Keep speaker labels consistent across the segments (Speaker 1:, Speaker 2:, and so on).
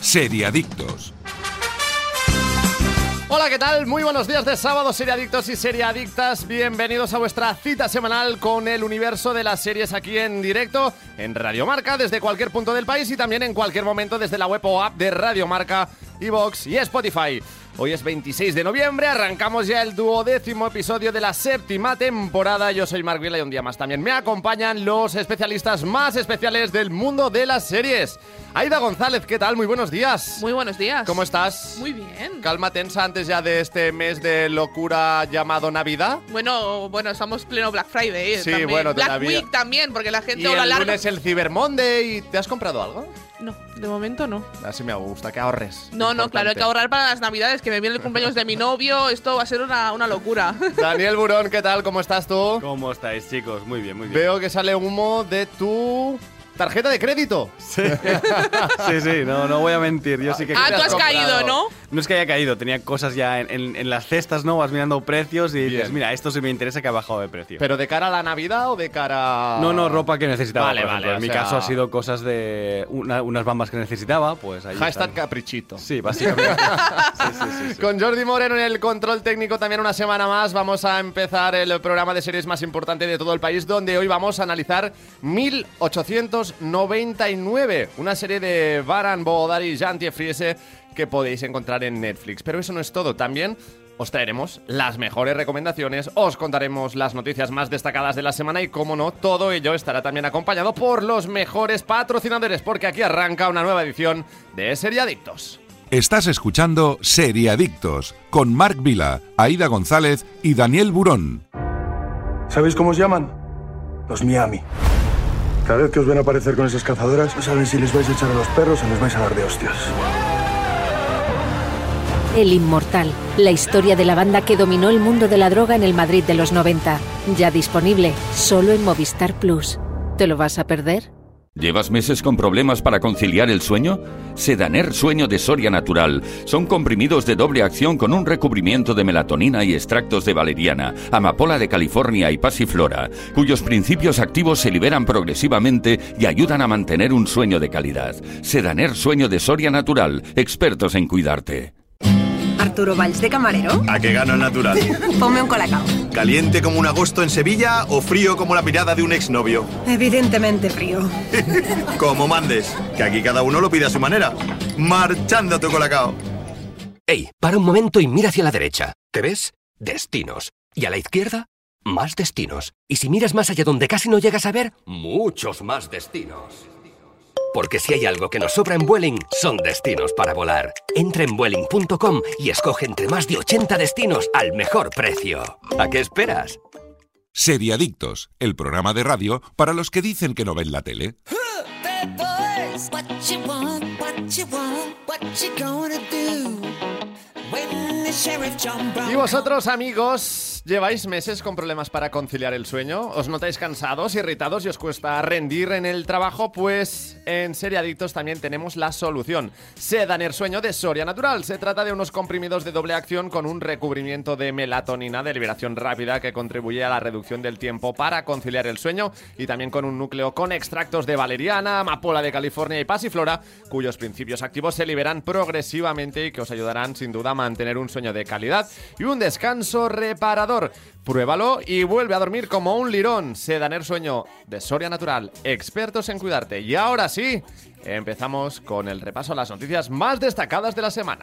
Speaker 1: Seriadictos.
Speaker 2: Hola, ¿qué tal? Muy buenos días de sábado, seriadictos y seriadictas. Bienvenidos a vuestra cita semanal con el universo de las series aquí en directo, en Radio Marca, desde cualquier punto del país y también en cualquier momento desde la web o app de Radio Marca, Evox y Spotify. Hoy es 26 de noviembre, arrancamos ya el duodécimo episodio de la séptima temporada. Yo soy Mark Vila y un día más también me acompañan los especialistas más especiales del mundo de las series. Aida González, ¿qué tal? Muy buenos días.
Speaker 3: Muy buenos días.
Speaker 2: ¿Cómo estás?
Speaker 3: Muy bien.
Speaker 2: Calma tensa antes ya de este mes de locura llamado Navidad.
Speaker 3: Bueno, bueno, estamos pleno Black Friday. eh,
Speaker 2: Sí,
Speaker 3: también.
Speaker 2: bueno,
Speaker 3: Black
Speaker 2: todavía.
Speaker 3: Week también, porque la gente
Speaker 2: Y
Speaker 3: ahora
Speaker 2: el
Speaker 3: larga.
Speaker 2: lunes el Cyber Monday. ¿Te has comprado algo?
Speaker 3: No, de momento no.
Speaker 2: Así me gusta, que ahorres.
Speaker 3: No, no, claro, hay que ahorrar para las navidades, que me viene el cumpleaños de mi novio, esto va a ser una, una locura.
Speaker 2: Daniel Burón, ¿qué tal? ¿Cómo estás tú?
Speaker 4: ¿Cómo estáis, chicos? Muy bien, muy bien.
Speaker 2: Veo que sale humo de tu tarjeta de crédito.
Speaker 4: Sí. sí, sí, no, no voy a mentir. Yo sí que.
Speaker 3: ah,
Speaker 2: te
Speaker 3: tú
Speaker 2: has
Speaker 3: has caído,
Speaker 2: comprado?
Speaker 3: ¿no?
Speaker 4: No es que haya caído, tenía cosas ya en, en- en las cestas, ¿no? Vas mirando precios y dices,
Speaker 2: Bien.
Speaker 4: mira, esto sí me interesa que ha bajado de precio.
Speaker 2: ¿Pero de cara a la Navidad o de cara a...?
Speaker 4: no, no, ropa que necesitaba.
Speaker 2: Vale,
Speaker 4: por
Speaker 2: vale,
Speaker 4: ejemplo.
Speaker 2: o
Speaker 4: En mi
Speaker 2: sea-
Speaker 4: caso ha sido cosas de una- unas bambas que necesitaba, pues ahí.
Speaker 2: Hashtag
Speaker 4: están.
Speaker 2: caprichito.
Speaker 4: Sí, básicamente. sí, sí, sí, sí.
Speaker 2: Con Jordi Moreno en el control técnico también una semana más vamos a empezar el programa de series más importante de todo el país donde hoy vamos a analizar 1899, una serie de Baran Bodar y Jean Friese que podéis encontrar en Netflix. Pero eso no es todo, también os traeremos las mejores recomendaciones, os contaremos las noticias más destacadas de la semana y, como no, todo ello estará también acompañado por los mejores patrocinadores, porque aquí arranca una nueva edición de Serie Adictos.
Speaker 1: Estás escuchando Seriadictos con Marc Vila, Aida González y Daniel Burón.
Speaker 5: ¿Sabéis cómo os llaman? Los Miami. Cada vez que os ven aparecer con esas cazadoras, no saben si les vais a echar a los perros o les vais a dar de hostias.
Speaker 6: El Inmortal, la historia de la banda que dominó el mundo de la droga en el Madrid de los 90. Ya disponible, solo en Movistar Plus. ¿Te lo vas a perder?
Speaker 7: ¿Llevas meses con problemas para conciliar el sueño? Sedaner Sueño de Soria Natural. Son comprimidos de doble acción con un recubrimiento de melatonina y extractos de valeriana, amapola de California y pasiflora, cuyos principios activos se liberan progresivamente y ayudan a mantener un sueño de calidad. Sedaner Sueño de Soria Natural. Expertos en cuidarte.
Speaker 8: Arturo Valls de camarero,
Speaker 9: ¿A qué gano el natural?
Speaker 8: ponme un colacao.
Speaker 9: ¿Caliente como un agosto en Sevilla o frío como la mirada de un exnovio?
Speaker 8: Evidentemente frío.
Speaker 9: Como mandes, que aquí cada uno lo pide a su manera. Marchando tu colacao.
Speaker 10: Ey, para un momento y mira hacia la derecha. ¿Te ves? Destinos. Y a la izquierda, más destinos. Y si miras más allá donde casi no llegas a ver, muchos más destinos. Porque si hay algo que nos sobra en Vueling, son destinos para volar. Entra en Vueling.com y escoge entre más de 80 destinos al mejor precio. ¿A qué esperas?
Speaker 1: Seriadictos, el programa de radio para los que dicen que no ven la tele.
Speaker 2: ¿Y vosotros, amigos, lleváis meses con problemas para conciliar el sueño? ¿Os notáis cansados, irritados y os cuesta rendir en el trabajo? Pues en Seriadictos también tenemos la solución. Sedaner Sueño de Soria Natural. Se trata de unos comprimidos de doble acción con un recubrimiento de melatonina de liberación rápida que contribuye a la reducción del tiempo para conciliar el sueño y también con un núcleo con extractos de valeriana, amapola de California y pasiflora, cuyos principios activos se liberan progresivamente y que os ayudarán sin duda a mantener un sueño de calidad y un descanso reparador. Pruébalo y vuelve a dormir como un lirón. Sedaner Sueño de Soria Natural, expertos en cuidarte. Y ahora sí, empezamos con el repaso a las noticias más destacadas de la semana.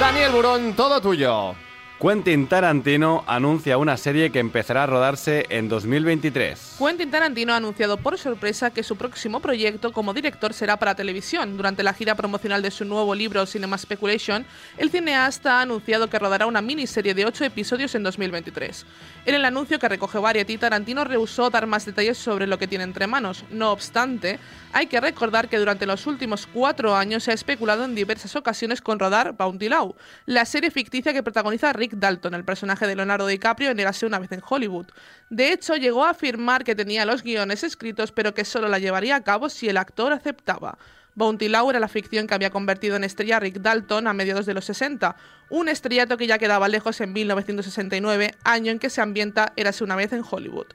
Speaker 2: Daniel Burón, todo tuyo.
Speaker 4: Quentin Tarantino anuncia una serie que empezará a rodarse en 2023.
Speaker 3: Quentin Tarantino ha anunciado por sorpresa que su próximo proyecto como director será para televisión. Durante la gira promocional de su nuevo libro Cinema Speculation, el cineasta ha anunciado que rodará una miniserie de ocho episodios en 2023. En el anuncio que recoge Variety, Tarantino rehusó dar más detalles sobre lo que tiene entre manos. No obstante, hay que recordar que durante los últimos cuatro años se ha especulado en diversas ocasiones con rodar Bounty Law, la serie ficticia que protagoniza Rick Dalton, el personaje de Leonardo DiCaprio en Érase una vez en Hollywood. De hecho, llegó a afirmar que tenía los guiones escritos, pero que solo la llevaría a cabo si el actor aceptaba. Bounty Law era la ficción que había convertido en estrella a Rick Dalton a mediados de los 60, un estrellato que ya quedaba lejos en 1969, año en que se ambienta Érase una vez en Hollywood.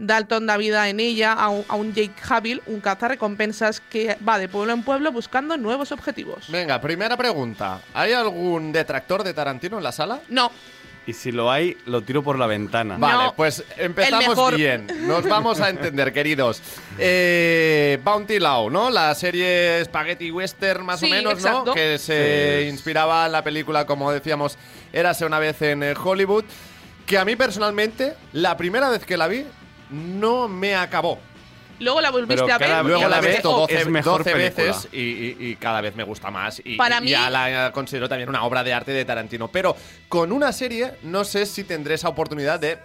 Speaker 3: Dalton da vida en ella a un, a un Jake Havill, un cazarrecompensas que va de pueblo en pueblo buscando nuevos objetivos.
Speaker 2: Venga, primera pregunta. ¿Hay algún detractor de Tarantino en la sala?
Speaker 3: No,
Speaker 4: Y si lo hay, lo tiro por la ventana.
Speaker 2: Vale, pues empezamos
Speaker 3: mejor.
Speaker 2: bien. Nos vamos a entender, queridos. Eh, Bounty Law, ¿no? La serie Spaghetti Western, más
Speaker 3: Sí,
Speaker 2: o menos,
Speaker 3: exacto.
Speaker 2: ¿no? Que se
Speaker 4: Sí.
Speaker 2: inspiraba en la película, como decíamos, Érase una vez en eh, Hollywood. Que a mí personalmente, la primera vez que la vi, no me acabó.
Speaker 3: luego la volviste
Speaker 4: Pero
Speaker 3: a ver.
Speaker 4: cada-
Speaker 3: y
Speaker 2: Luego la he
Speaker 3: dijiste,
Speaker 2: visto
Speaker 3: "Oh".
Speaker 2: 12,
Speaker 4: es mejor
Speaker 2: 12
Speaker 4: película.
Speaker 2: veces y, y- y cada vez me gusta más. Y,
Speaker 3: Para
Speaker 2: y
Speaker 3: mí-
Speaker 2: ya la considero también una obra de arte de Tarantino. Pero con una serie no sé si tendré esa oportunidad de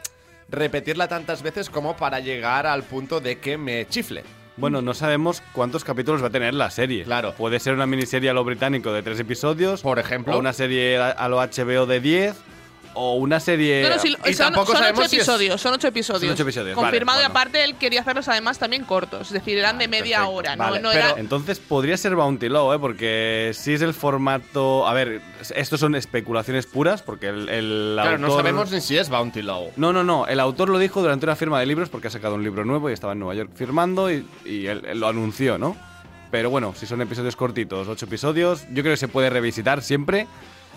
Speaker 2: repetirla tantas veces como para llegar al punto de que me chifle.
Speaker 4: Bueno, no sabemos cuántos capítulos va a tener la serie.
Speaker 2: Claro.
Speaker 4: Puede ser una miniserie a lo británico de tres episodios.
Speaker 2: Por ejemplo.
Speaker 4: O una serie a- a lo HBO de 10. O una serie.
Speaker 3: No, no, sí,
Speaker 2: Y
Speaker 3: son,
Speaker 2: tampoco
Speaker 3: son
Speaker 2: sabemos
Speaker 3: ocho
Speaker 2: si es-
Speaker 3: episodios, son ocho episodios.
Speaker 4: Son ocho episodios, vale, Ah,
Speaker 3: Confirmado
Speaker 4: bueno.
Speaker 3: y aparte él quería hacerlos además también cortos, es decir, eran de media
Speaker 2: perfecto,
Speaker 3: hora,
Speaker 2: vale,
Speaker 3: no, no
Speaker 2: pero-
Speaker 3: era-
Speaker 4: Entonces podría ser Bounty Law, ¿eh? porque si es el formato. A ver, estos son especulaciones puras, porque el. el
Speaker 2: Claro, no
Speaker 4: autor-
Speaker 2: sabemos ni si es Bounty Law.
Speaker 4: No, no, no. El autor lo dijo durante una firma de libros porque ha sacado un libro nuevo y estaba en Nueva York firmando y, y él, él lo anunció, ¿no? Pero bueno, si son episodios cortitos, ocho episodios, yo creo que se puede revisitar siempre.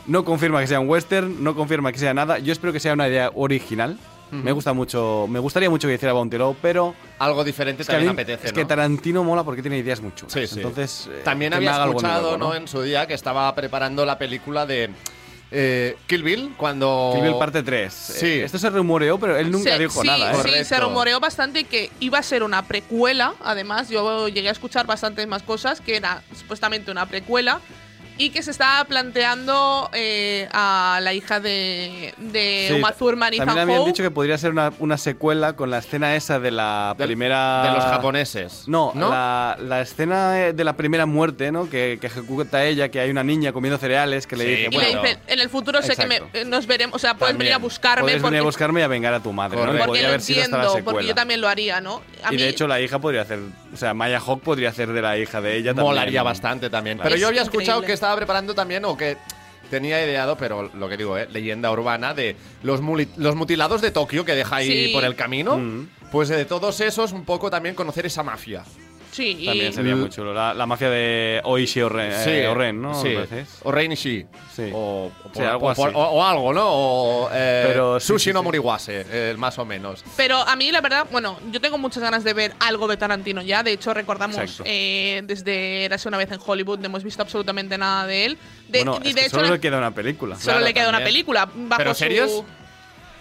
Speaker 4: No confirma que sea un western, no confirma que sea nada. Yo espero que sea una idea original. Me gusta mucho, me gustaría mucho que hiciera Bounty Law, pero
Speaker 2: Algo diferente
Speaker 4: es que, a
Speaker 2: también
Speaker 4: mí-
Speaker 2: apetece,
Speaker 4: es que
Speaker 2: ¿no?
Speaker 4: Tarantino mola porque tiene ideas muy chulas.
Speaker 2: Sí, sí.
Speaker 4: Entonces, eh,
Speaker 2: También
Speaker 4: que me
Speaker 2: había
Speaker 4: haga algo
Speaker 2: escuchado
Speaker 4: nuevo,
Speaker 2: ¿no? en su día que estaba preparando la película de eh, Kill Bill cuando...
Speaker 4: Kill Bill parte 3.
Speaker 2: Sí.
Speaker 4: esto se rumoreó, pero él nunca
Speaker 3: Se-
Speaker 4: dijo
Speaker 3: sí,
Speaker 4: nada. ¿eh?
Speaker 3: Sí, se
Speaker 2: Correcto.
Speaker 3: rumoreó bastante que iba a ser una precuela. Además, yo llegué a escuchar bastantes más cosas que era supuestamente una precuela y que se estaba planteando eh, a la hija de, de
Speaker 4: Sí,
Speaker 3: Uma Thurman y
Speaker 4: También habían dicho que podría ser una, una secuela con la escena esa de la
Speaker 2: Del-
Speaker 4: primera.
Speaker 2: De los japoneses.
Speaker 4: No,
Speaker 2: ¿no?
Speaker 4: La, la escena eh, de la primera muerte, ¿no? Que, que ejecuta ella, que hay una niña comiendo cereales, que le
Speaker 2: Sí,
Speaker 4: dice,
Speaker 3: Y
Speaker 4: bueno,
Speaker 3: le dice, en el futuro sé que me-
Speaker 4: Exacto.
Speaker 3: eh, nos veremos, o sea, puedes venir a
Speaker 2: También.
Speaker 3: buscarme
Speaker 4: podrías venir a
Speaker 3: porque-
Speaker 4: buscarme y a vengar a tu madre, ¿no? Y
Speaker 2: Correcto.
Speaker 3: porque
Speaker 4: podría
Speaker 3: lo
Speaker 4: haber sido hasta la
Speaker 3: entiendo,
Speaker 4: secuela.
Speaker 3: porque yo también lo haría, ¿no? A
Speaker 4: y
Speaker 3: mí-
Speaker 4: de hecho la hija podría hacer, o sea, Maya Hawk podría hacer de la hija de ella también.
Speaker 2: Molaría bastante también.
Speaker 3: Claro.
Speaker 2: Pero yo
Speaker 3: Es
Speaker 2: había escuchado
Speaker 3: increíble.
Speaker 2: que estaba preparando también o que tenía ideado, pero lo que digo, eh, leyenda urbana de los, muli- los mutilados de Tokio que deja ahí
Speaker 3: Sí.
Speaker 2: por el camino.
Speaker 4: Mm.
Speaker 2: Pues de todos esos, un poco también conocer esa mafia.
Speaker 3: sí, y-
Speaker 4: También sería muy chulo. La, la mafia de Oishi Oren, eh, Oren, ¿no?
Speaker 2: Sí.
Speaker 4: Me parece es.
Speaker 2: O Rain Shi.
Speaker 4: Sí.
Speaker 2: O, o
Speaker 4: Sí,
Speaker 2: por-
Speaker 4: algo
Speaker 2: o por-
Speaker 4: así.
Speaker 2: o- o algo, ¿no? O eh,
Speaker 4: Pero sí,
Speaker 2: Sushi
Speaker 4: sí,
Speaker 2: no
Speaker 4: sí.
Speaker 2: Moriwase, eh, más o menos.
Speaker 3: Pero a mí, la verdad, bueno, yo tengo muchas ganas de ver algo de Tarantino ya. De hecho, recordamos
Speaker 4: Exacto.
Speaker 3: eh, desde Érase una vez en Hollywood, no hemos visto absolutamente nada de él. De,
Speaker 4: Bueno,
Speaker 3: y
Speaker 4: es
Speaker 3: de
Speaker 4: que
Speaker 3: hecho,
Speaker 4: solo
Speaker 3: la-
Speaker 4: le queda una película.
Speaker 3: solo
Speaker 2: Claro,
Speaker 3: le queda una
Speaker 2: también.
Speaker 3: película. Bajo
Speaker 2: ¿Pero
Speaker 3: su-
Speaker 2: series?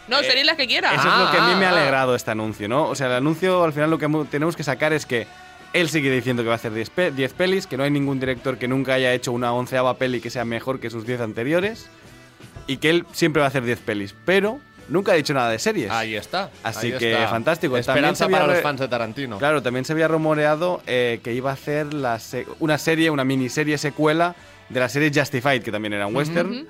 Speaker 3: No, series las que quiera.
Speaker 4: Eh, Eso es lo que a mí me ha
Speaker 2: ah, ah.
Speaker 4: alegrado este anuncio, ¿no? O sea, el anuncio al final lo que mu- tenemos que sacar es que él sigue diciendo que va a hacer 10 pe- 10 pelis, que no hay ningún director que nunca haya hecho una onceava peli que sea mejor que sus 10 anteriores y que él siempre va a hacer 10 pelis, pero nunca ha dicho nada de series.
Speaker 2: Ahí está.
Speaker 4: Así
Speaker 2: ahí
Speaker 4: que
Speaker 2: está.
Speaker 4: fantástico. También se
Speaker 2: Esperanza
Speaker 4: había
Speaker 2: para los
Speaker 4: re-
Speaker 2: fans de Tarantino.
Speaker 4: Claro, también se había rumoreado eh, que iba a hacer la se- una serie, una miniserie secuela de la serie Justified, que también era un western.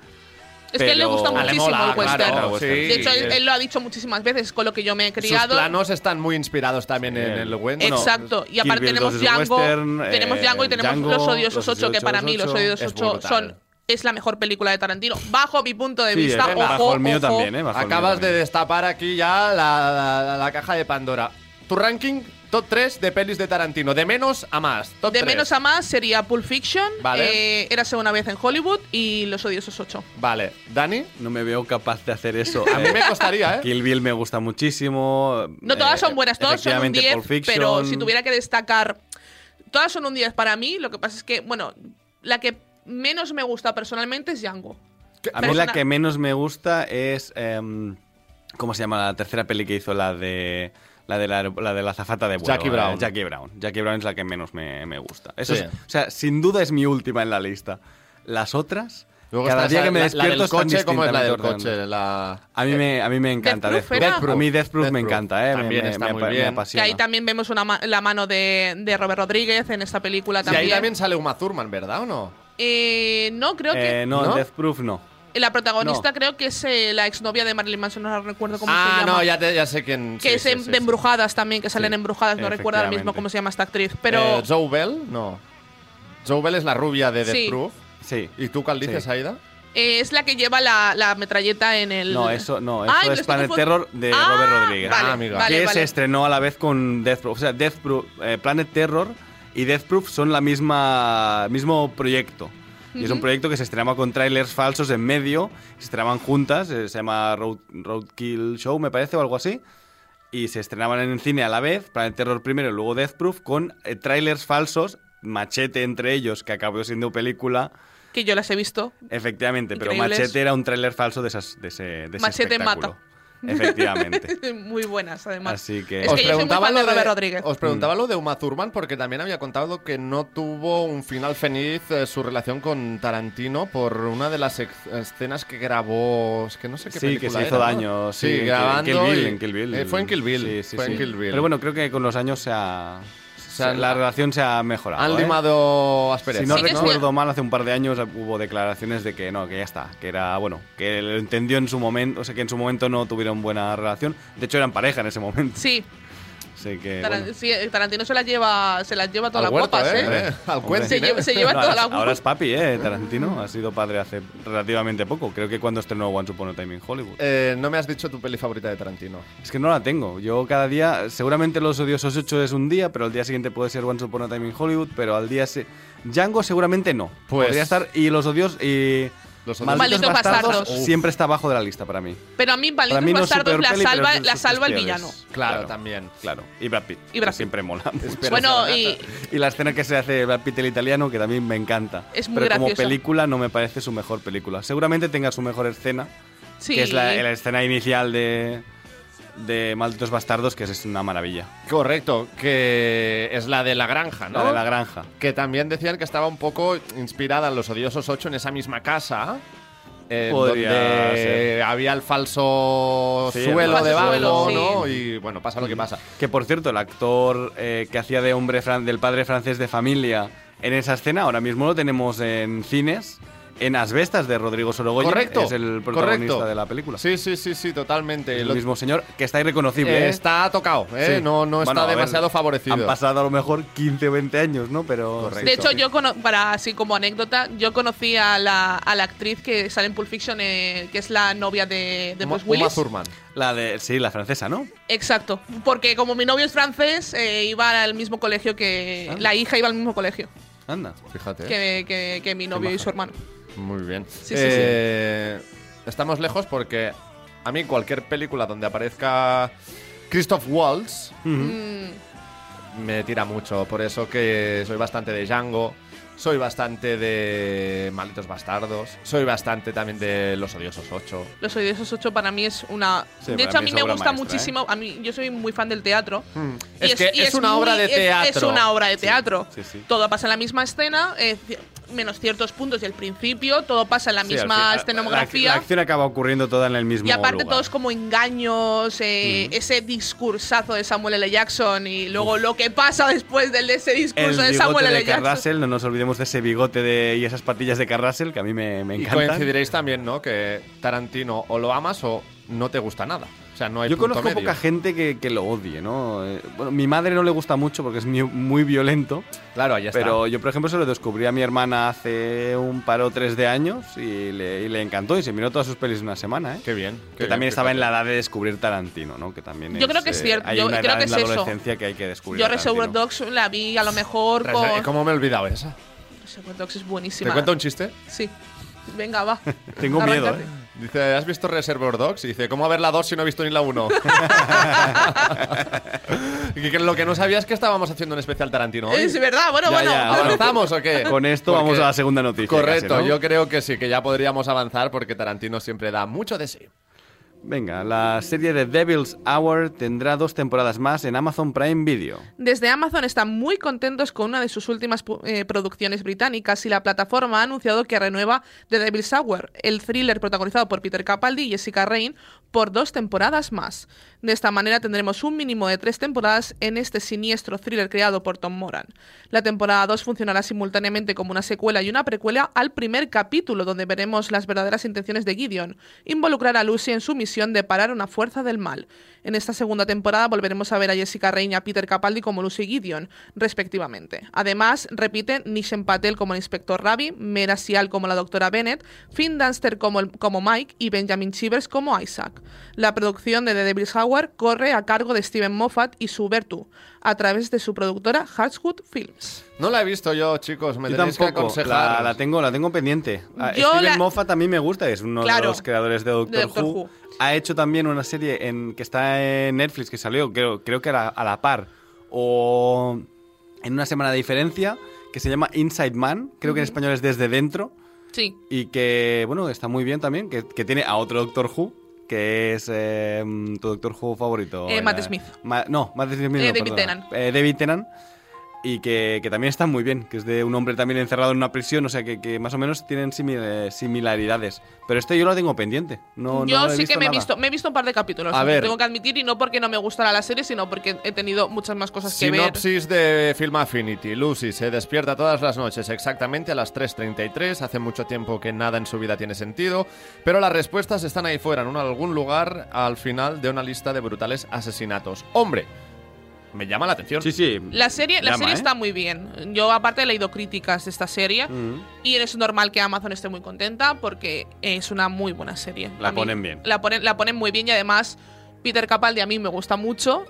Speaker 3: es que a él le
Speaker 4: pero-
Speaker 3: gusta
Speaker 4: Ah,
Speaker 2: le
Speaker 3: muchísimo
Speaker 2: mola,
Speaker 3: el western.
Speaker 2: claro,
Speaker 4: sí,
Speaker 3: de hecho, él,
Speaker 2: sí.
Speaker 3: él lo ha dicho muchísimas veces, con lo que yo me he
Speaker 2: Sus
Speaker 3: criado.
Speaker 2: planos están muy inspirados también en el Wendell.
Speaker 4: Bueno,
Speaker 3: Exacto, y
Speaker 4: Kill
Speaker 3: aparte
Speaker 4: Bill
Speaker 3: tenemos
Speaker 4: 2 es un
Speaker 3: Django,
Speaker 4: western,
Speaker 3: tenemos
Speaker 4: eh,
Speaker 3: Django y tenemos
Speaker 4: Django,
Speaker 3: Los odiosos
Speaker 4: Los
Speaker 3: 8, que para mí Los
Speaker 4: 8,
Speaker 3: odiosos
Speaker 2: es
Speaker 3: 8
Speaker 2: brutal.
Speaker 3: son es la mejor película de Tarantino, bajo mi punto de
Speaker 4: Sí,
Speaker 3: vista.
Speaker 4: eh,
Speaker 3: ojo,
Speaker 4: bajo el mío
Speaker 3: ojo.
Speaker 4: también, ¿eh? Bajo el mío
Speaker 2: Acabas de
Speaker 4: también.
Speaker 2: destapar aquí ya la, la- la caja de Pandora. Tu ranking top 3 de pelis de Tarantino, de menos a más. Top
Speaker 3: De
Speaker 2: tres.
Speaker 3: menos a más sería Pulp Fiction,
Speaker 2: Vale.
Speaker 3: eh, Érase una vez en Hollywood y Los odiosos 8.
Speaker 2: Vale, Dani,
Speaker 4: No me veo capaz de hacer eso.
Speaker 2: a mí
Speaker 4: eh.
Speaker 2: me costaría, ¿eh?
Speaker 4: Kill Bill me gusta muchísimo. eh,
Speaker 3: No todas son buenas, todas son un
Speaker 4: efectivamente,
Speaker 3: 10,
Speaker 4: Pulp Fiction.
Speaker 3: pero si tuviera que destacar, todas son un 10 para mí, lo que pasa es que, bueno, la que menos me gusta personalmente es Django.
Speaker 4: A mí la
Speaker 3: persona-
Speaker 4: que menos me gusta es. em, ¿Cómo se llama la tercera peli que hizo? La de. La de la, la de la zafata de vuelo.
Speaker 2: Jackie
Speaker 4: eh,
Speaker 2: Brown.
Speaker 4: Jackie Brown. Jackie Brown es la que menos me, me gusta. Eso
Speaker 2: Sí.
Speaker 4: es- o sea, sin duda es mi última en la lista. Las otras.
Speaker 2: Luego
Speaker 4: cada
Speaker 2: está
Speaker 4: día
Speaker 2: esa-
Speaker 4: que me
Speaker 2: la-
Speaker 4: despierto
Speaker 2: la del
Speaker 4: están
Speaker 2: coche, ¿cómo es la del
Speaker 4: distintamente ordenadas.
Speaker 2: coche? La...
Speaker 4: A mí, me, a mí me encanta
Speaker 3: Death
Speaker 4: Death
Speaker 3: Proof
Speaker 4: Proof.
Speaker 3: era.
Speaker 4: A mí Death Proof
Speaker 2: Death
Speaker 4: me
Speaker 2: Proof.
Speaker 4: encanta, ¿eh? Me-
Speaker 2: También
Speaker 4: me,
Speaker 2: está
Speaker 4: me
Speaker 2: muy
Speaker 4: apa- me
Speaker 2: bien.
Speaker 3: Que
Speaker 4: apasiona.
Speaker 3: ahí también vemos una ma- la mano de, de Robert Rodríguez en esta película
Speaker 2: Y ahí
Speaker 3: también.
Speaker 2: también sale Uma Thurman, ¿verdad o no?
Speaker 3: Eh, no, creo que.
Speaker 4: Eh, no,
Speaker 2: ¿No?
Speaker 4: Death Proof no.
Speaker 3: La protagonista
Speaker 4: no.
Speaker 3: creo que es eh, la exnovia de Marilyn Manson, no recuerdo cómo
Speaker 2: ah,
Speaker 3: se llama.
Speaker 2: no, ya, te- ya sé quién.
Speaker 3: Que
Speaker 2: sí,
Speaker 3: es
Speaker 2: sí,
Speaker 3: en-
Speaker 2: sí,
Speaker 3: de
Speaker 2: sí.
Speaker 3: embrujadas también, que salen
Speaker 4: Sí,
Speaker 3: embrujadas. No recuerdo ahora mismo
Speaker 4: efectivamente.
Speaker 3: cómo se llama esta actriz. Pero
Speaker 2: Eh, Zoe Bell, Eh, no. Joe Bell es la rubia de Death
Speaker 3: Sí.
Speaker 2: Proof.
Speaker 4: Sí.
Speaker 2: ¿Y tú cuál dices,
Speaker 4: Sí.
Speaker 2: Aida?
Speaker 3: Eh, es la que lleva la, la metralleta en el.
Speaker 4: No, eso, no, eso
Speaker 3: Ay, me lo
Speaker 4: es
Speaker 3: estoy
Speaker 4: Planet
Speaker 3: confund-
Speaker 4: Terror de
Speaker 3: Ah,
Speaker 4: Robert Rodríguez. este?
Speaker 3: vale, Ah, amiga. vale,
Speaker 4: que
Speaker 3: vale.
Speaker 4: se estrenó a la vez con Death Proof. O sea, Death Proof, eh, Planet Terror y Death Proof son la misma mismo proyecto. Y es un
Speaker 3: Ujú.
Speaker 4: proyecto que se estrenaba con trailers falsos en medio, se estrenaban juntas, eh, se llama Road, Roadkill Show, me parece, o algo así. Y se estrenaban en cine a la vez, Planet Terror primero y luego Death Proof, con eh, trailers falsos, machete entre ellos, que acabó siendo película.
Speaker 3: Que yo las he visto.
Speaker 4: Efectivamente, pero
Speaker 3: Increíbles.
Speaker 4: Machete era un tráiler falso de, esas, de ese, de ese
Speaker 3: Machete
Speaker 4: espectáculo.
Speaker 3: mata.
Speaker 4: Efectivamente.
Speaker 3: Muy buenas, además.
Speaker 4: Así que...
Speaker 3: Es que yo soy muy fan de
Speaker 2: lo de-
Speaker 3: Robert Rodríguez.
Speaker 2: Os
Speaker 4: Mm.
Speaker 2: preguntaba lo de Uma Thurman porque también había contado que no tuvo un final feliz eh, su relación con Tarantino por una de las ex- escenas que grabó. Es que no sé qué
Speaker 4: Sí, que
Speaker 2: película
Speaker 4: se hizo
Speaker 2: era, ¿no?
Speaker 4: daño. Sí, en Kill- en
Speaker 2: grabando.
Speaker 4: Kill Bill,
Speaker 2: y-
Speaker 4: en Kill Bill.
Speaker 2: eh, fue en Kill Bill.
Speaker 4: Sí, sí,
Speaker 2: fue en
Speaker 4: sí.
Speaker 2: Kill Bill.
Speaker 4: Pero bueno, creo que con los años se ha... se ha-
Speaker 2: han-
Speaker 4: la relación se ha mejorado.
Speaker 2: han
Speaker 4: ¿eh?
Speaker 2: limado asperezas.
Speaker 4: Si no
Speaker 2: Sí, que es
Speaker 4: recuerdo mal, hace un par de años hubo declaraciones de que no, que ya está, que era, bueno, que lo entendió en su momento, o sea, que en su momento no tuvieron buena relación. De hecho, eran pareja en ese momento.
Speaker 3: Sí,
Speaker 4: Así que,
Speaker 3: Taran-
Speaker 4: Eh, bueno.
Speaker 3: sí, eh, Tarantino se las lleva, se las lleva todas
Speaker 4: Al
Speaker 3: las
Speaker 4: huerto,
Speaker 3: guapas,
Speaker 4: ¿eh?
Speaker 3: ¿eh?
Speaker 4: Eh, al
Speaker 3: Se
Speaker 4: cuento,
Speaker 3: lleva-
Speaker 4: ¿eh?
Speaker 3: se lleva
Speaker 4: No,
Speaker 3: todas
Speaker 4: ahora-
Speaker 3: las
Speaker 4: Ahora es papi, ¿eh? Tarantino. Ha sido padre hace relativamente poco. Creo que cuando estrenó One Upon a Time in Hollywood.
Speaker 2: Eh, no me has dicho tu peli favorita de Tarantino.
Speaker 4: Es que no la tengo. Yo cada día, seguramente Los Odiosos 8 es un día, pero al día siguiente puede ser One Upon a Time in Hollywood, pero al día... Se... Django seguramente no.
Speaker 2: Pues-
Speaker 4: Podría estar... Y Los Odios... Y...
Speaker 2: Los
Speaker 3: Odiosos. Malditos Bastardos. Uf.
Speaker 4: Siempre está abajo de la lista para mí.
Speaker 3: Pero a mí, Malditos
Speaker 4: Para mí no es su
Speaker 3: Bastardos
Speaker 4: peor
Speaker 3: la
Speaker 4: peli, pero
Speaker 3: salva,
Speaker 4: es de
Speaker 3: la
Speaker 4: sus
Speaker 3: salva el
Speaker 4: peores.
Speaker 3: villano.
Speaker 2: Claro, también.
Speaker 4: Claro. Y Brad Pitt.
Speaker 3: Y Brad
Speaker 4: que Siempre mola. mucho.
Speaker 3: Bueno, y
Speaker 4: Y la escena que se hace de Brad Pitt el italiano, que también me encanta.
Speaker 3: Es muy
Speaker 4: Pero como
Speaker 3: graciosa.
Speaker 4: película no me parece su mejor película. Seguramente tenga su mejor escena,
Speaker 3: Sí.
Speaker 4: que es la, la escena inicial de, de Malditos Bastardos, que es una maravilla.
Speaker 2: Correcto, que es la de la granja, ¿no?
Speaker 4: La de la granja.
Speaker 2: Que también decían que estaba un poco inspirada en Los Odiosos 8 en esa misma casa. eh,
Speaker 4: Podría
Speaker 2: donde
Speaker 4: ser.
Speaker 2: había el falso
Speaker 4: Sí, el
Speaker 2: suelo
Speaker 4: falso
Speaker 2: debajo,
Speaker 4: suelo,
Speaker 2: ¿no?
Speaker 4: sí. Mm.
Speaker 2: Y bueno, pasa lo que pasa.
Speaker 4: Que por cierto, el actor eh, que hacía de hombre fran- del padre francés de familia en esa escena, ahora mismo lo tenemos en cines, en Asbestas de Rodrigo Sorogoyen.
Speaker 2: correcto.
Speaker 4: Es el protagonista
Speaker 2: correcto.
Speaker 4: de la película.
Speaker 2: Sí, sí, sí, sí, totalmente.
Speaker 4: El
Speaker 2: Lo-
Speaker 4: mismo señor, que está irreconocible.
Speaker 2: eh,
Speaker 4: ¿eh?
Speaker 2: está tocado, ¿eh?
Speaker 4: Sí.
Speaker 2: No, no
Speaker 4: Bueno, a
Speaker 2: está
Speaker 4: ver,
Speaker 2: demasiado favorecido.
Speaker 4: Han pasado a lo mejor 15 o 20 años, ¿no? Pero.
Speaker 3: De hecho, yo, cono- para así como anécdota, yo conocí a la, a la actriz que sale en Pulp Fiction, eh, que es la novia de, de
Speaker 4: Uma-
Speaker 3: Bruce Willis.
Speaker 4: Uma Thurman. La de. Sí, la francesa, ¿no?
Speaker 3: Exacto, porque como mi novio es francés, eh, iba al mismo colegio que.
Speaker 4: Ah.
Speaker 3: La hija iba al mismo colegio
Speaker 4: Anda.
Speaker 2: Fíjate. ¿eh?
Speaker 3: que, que- que mi novio y su hermano.
Speaker 2: Muy bien.
Speaker 3: sí, sí.
Speaker 2: Eh, Estamos lejos porque a mí cualquier película donde aparezca Christoph Waltz
Speaker 3: Mm,
Speaker 2: me tira mucho. Por eso que soy bastante de Django, soy bastante de Malditos Bastardos, soy bastante también de Los Odiosos 8.
Speaker 3: Los odiosos 8 para mí es una.
Speaker 2: Sí,
Speaker 3: de
Speaker 2: para
Speaker 3: hecho, a
Speaker 2: mí
Speaker 3: mí
Speaker 2: es
Speaker 3: me
Speaker 2: obra maestra,
Speaker 3: gusta
Speaker 2: ¿eh? Hmm.
Speaker 3: muchísimo. A mí, yo soy muy fan del teatro.
Speaker 2: Es que es una
Speaker 3: muy-
Speaker 2: obra de
Speaker 3: es- Es,
Speaker 2: teatro.
Speaker 3: una obra de teatro.
Speaker 2: sí, sí.
Speaker 3: Todo pasa en la misma escena, eh, ci- menos ciertos puntos y el principio, todo pasa en la
Speaker 4: Sí, al fin-
Speaker 3: misma
Speaker 4: la-
Speaker 3: escenografía.
Speaker 4: La, acción acaba ocurriendo toda en el mismo
Speaker 3: y aparte
Speaker 4: lugar.
Speaker 3: todos como engaños, eh, ese discursazo de Samuel L. Jackson y luego lo que pasa después del- de ese
Speaker 4: el
Speaker 3: discurso
Speaker 4: bigote
Speaker 3: de Samuel L.
Speaker 4: de
Speaker 3: Jackson.
Speaker 4: Carrasel, no nos olvidemos de ese bigote de, y esas patillas de Carrasel que a mí me, me
Speaker 2: Y
Speaker 4: encantan.
Speaker 2: coincidiréis también, ¿no? Que Tarantino o lo amas o no te gusta nada. O sea, no hay
Speaker 4: Yo
Speaker 2: punto
Speaker 4: conozco
Speaker 2: medio.
Speaker 4: poca gente que, que lo odie, ¿no? Eh, bueno, mi madre no le gusta mucho porque es muy, muy violento.
Speaker 2: Claro, allá está.
Speaker 4: Pero yo, por ejemplo, se lo descubrí a mi hermana hace un par o tres de años y le, y le encantó y se miró todas sus pelis en una semana, ¿eh?
Speaker 2: Qué bien.
Speaker 4: que
Speaker 2: qué
Speaker 4: también
Speaker 2: bien,
Speaker 4: estaba
Speaker 2: qué
Speaker 4: en la edad de descubrir Tarantino, ¿no? Que también eh,
Speaker 3: Yo creo que es cierto,
Speaker 4: Hay
Speaker 3: yo
Speaker 4: una
Speaker 3: creo
Speaker 4: edad
Speaker 3: que
Speaker 4: en
Speaker 3: es
Speaker 4: la
Speaker 3: eso.
Speaker 4: adolescencia que hay que descubrir.
Speaker 3: Yo
Speaker 4: a Tarantino.
Speaker 3: Reservoir Dogs la vi a lo mejor
Speaker 2: Reserv-
Speaker 3: con...
Speaker 2: ¿Cómo me he olvidado esa?
Speaker 3: Reservoir Dogs es
Speaker 2: ¿Te
Speaker 3: buenísima.
Speaker 2: cuento un chiste?
Speaker 3: Sí. Venga, va.
Speaker 2: Tengo miedo,
Speaker 3: Arráncate.
Speaker 2: ¿eh? Dice, ¿has visto Reservoir Dogs? Y dice, ¿cómo ver la 2 si no he visto ni la 1? Y que lo que no sabía es que estábamos haciendo un especial Tarantino hoy.
Speaker 3: Es verdad, bueno,
Speaker 2: Ya,
Speaker 3: bueno.
Speaker 2: ya, ¿Avanzamos o qué?
Speaker 4: Con esto
Speaker 2: Porque-
Speaker 4: vamos a la segunda noticia.
Speaker 2: Correcto,
Speaker 4: casi, ¿no?
Speaker 2: yo creo que sí, que ya podríamos avanzar porque Tarantino siempre da mucho de sí.
Speaker 4: Venga, la serie de Devil's Hour tendrá dos temporadas más en Amazon Prime Video.
Speaker 3: Desde Amazon están muy contentos con una de sus últimas pu- eh, producciones británicas y la plataforma ha anunciado que renueva The Devil's Hour, el thriller protagonizado por Peter Capaldi y Jessica Rain, por dos temporadas más. De esta manera tendremos un mínimo de tres temporadas en este siniestro thriller creado por Tom Moran. La temporada 2 funcionará simultáneamente como una secuela y una precuela al primer capítulo, donde veremos las verdaderas intenciones de Gideon, involucrar a Lucy en su misión misión de parar una fuerza del mal. En esta segunda temporada volveremos a ver a Jessica Raine y a Peter Capaldi como Lucy Gideon, respectivamente. Además, repiten Nishen Patel como el inspector Ravi, Mera Sial como la doctora Bennett, Finn Dunster como, el- como Mike y Benjamin Chivers como Isaac. La producción de The Devil's Hour corre a cargo de Steven Moffat y su Vertu, a través de su productora Hartswood Films.
Speaker 2: No la he visto yo, chicos, me
Speaker 4: Yo
Speaker 2: tenéis que
Speaker 4: tampoco.
Speaker 2: aconsejar.
Speaker 4: La, la tengo, la tengo pendiente. Ah,
Speaker 3: Yo
Speaker 4: Steven
Speaker 3: la-
Speaker 4: Moffat a mí me gusta, es uno de
Speaker 3: Claro,
Speaker 4: los creadores de Doctor,
Speaker 3: de Doctor
Speaker 4: Who.
Speaker 3: Who.
Speaker 4: Ha hecho también una serie en, que está en Netflix, que salió, creo, creo que a la, a la par, o en una semana de diferencia, que se llama Inside Man, creo que en
Speaker 3: Ujú.
Speaker 4: español es Desde Dentro,
Speaker 3: Sí.
Speaker 4: y que, bueno, está muy bien también, que, que tiene a otro Doctor Who, que es eh, tu Doctor Who favorito.
Speaker 3: Eh,
Speaker 4: eh,
Speaker 3: Matt Smith.
Speaker 4: Ma- no, Matt Smith no,
Speaker 3: Eh, David
Speaker 4: perdona.
Speaker 3: Tennant.
Speaker 4: Eh, David Tennant. Y que, que también está muy bien, que es de un hombre también encerrado en una prisión, o sea que, que más o menos tienen simi- eh, similaridades. Pero este yo lo tengo pendiente. No,
Speaker 3: Yo
Speaker 4: no lo he
Speaker 3: sí que me he,
Speaker 4: nada.
Speaker 3: visto, me he visto un par de capítulos,
Speaker 4: A ver.
Speaker 3: tengo que admitir, y no porque no me gustara la serie, sino porque he tenido muchas más cosas que ver.
Speaker 2: Sinopsis de Film Affinity. Lucy se despierta todas las noches exactamente a las 3.33. Hace mucho tiempo que nada en su vida tiene sentido, pero las respuestas están ahí fuera, en un- algún lugar al final de una lista de brutales asesinatos. Hombre, me llama la atención.
Speaker 4: Sí, sí.
Speaker 3: La serie, la
Speaker 2: Llama,
Speaker 3: serie
Speaker 2: ¿eh?
Speaker 3: está muy bien. Yo aparte he leído críticas de esta serie
Speaker 4: Mm.
Speaker 3: y es normal que Amazon esté muy contenta porque es una muy buena serie.
Speaker 4: La
Speaker 3: A mí-
Speaker 4: ponen bien.
Speaker 3: La ponen, la ponen muy bien y además Peter Capaldi a mí me gusta mucho.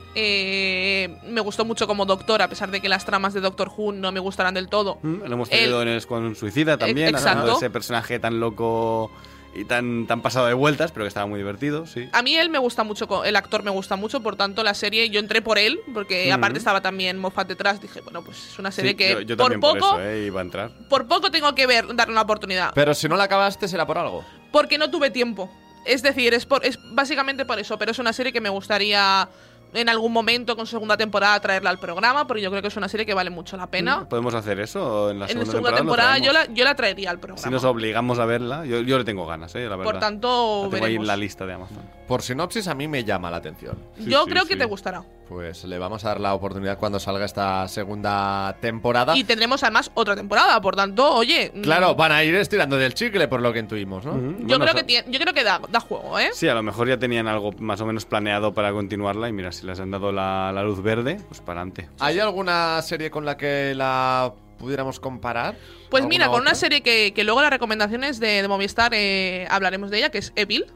Speaker 3: Eh, me gustó mucho como doctor, a pesar de que las tramas de Doctor Who no me gustarán del todo.
Speaker 4: Mm, Lo hemos tenido en el- con Suicida también,
Speaker 3: exacto.
Speaker 4: hablando de ese personaje tan loco y tan, tan pasado de vueltas, pero que estaba muy divertido, sí.
Speaker 3: A mí él me gusta mucho, co- el actor me gusta mucho, por tanto la serie yo entré por él, porque
Speaker 4: Mm.
Speaker 3: aparte estaba también Moffat detrás, dije, bueno, pues es una serie
Speaker 4: Sí,
Speaker 3: que
Speaker 4: yo, yo
Speaker 3: por
Speaker 4: también por
Speaker 3: poco,
Speaker 4: eso, eh, iba a entrar.
Speaker 3: por poco tengo que ver, darle una oportunidad.
Speaker 2: Pero si no la acabaste, será por algo.
Speaker 3: porque no tuve tiempo. Es decir, es, por, es básicamente por eso, pero es una serie que me gustaría en algún momento con segunda temporada traerla al programa, porque yo creo que es una serie que vale mucho la pena.
Speaker 4: ¿Podemos hacer eso en Mm, la
Speaker 3: en
Speaker 4: segunda,
Speaker 3: la segunda
Speaker 4: temporada? lo
Speaker 3: temporada, yo,
Speaker 4: traemos.
Speaker 3: la, yo la traería al programa.
Speaker 4: Si nos obligamos a verla, yo, yo le tengo ganas, eh, la verdad.
Speaker 3: por tanto,
Speaker 4: La tengo ahí en
Speaker 3: veremos.
Speaker 4: la lista de Amazon.
Speaker 2: Por sinopsis, a mí me llama la atención.
Speaker 3: yo creo que te gustará.
Speaker 2: Pues le vamos a dar la oportunidad cuando salga esta segunda
Speaker 4: Ah.
Speaker 2: temporada.
Speaker 3: Y tendremos además otra temporada, por tanto, oye. mm,
Speaker 2: Claro, van a ir estirando del chicle, por lo que intuimos, ¿no?
Speaker 3: Yo, creo que tiene- yo creo que da, da juego, ¿eh?
Speaker 4: Sí, a lo mejor ya tenían algo más o menos planeado para continuarla y mira, si les han dado la, la luz verde, pues para adelante.
Speaker 2: ¿Hay alguna serie con la que la pudiéramos comparar?
Speaker 3: Pues
Speaker 2: ¿Alguna
Speaker 3: mira, con una
Speaker 2: otra?
Speaker 3: serie que, que luego las recomendaciones de, de Movistar eh, hablaremos de ella, que es Evil,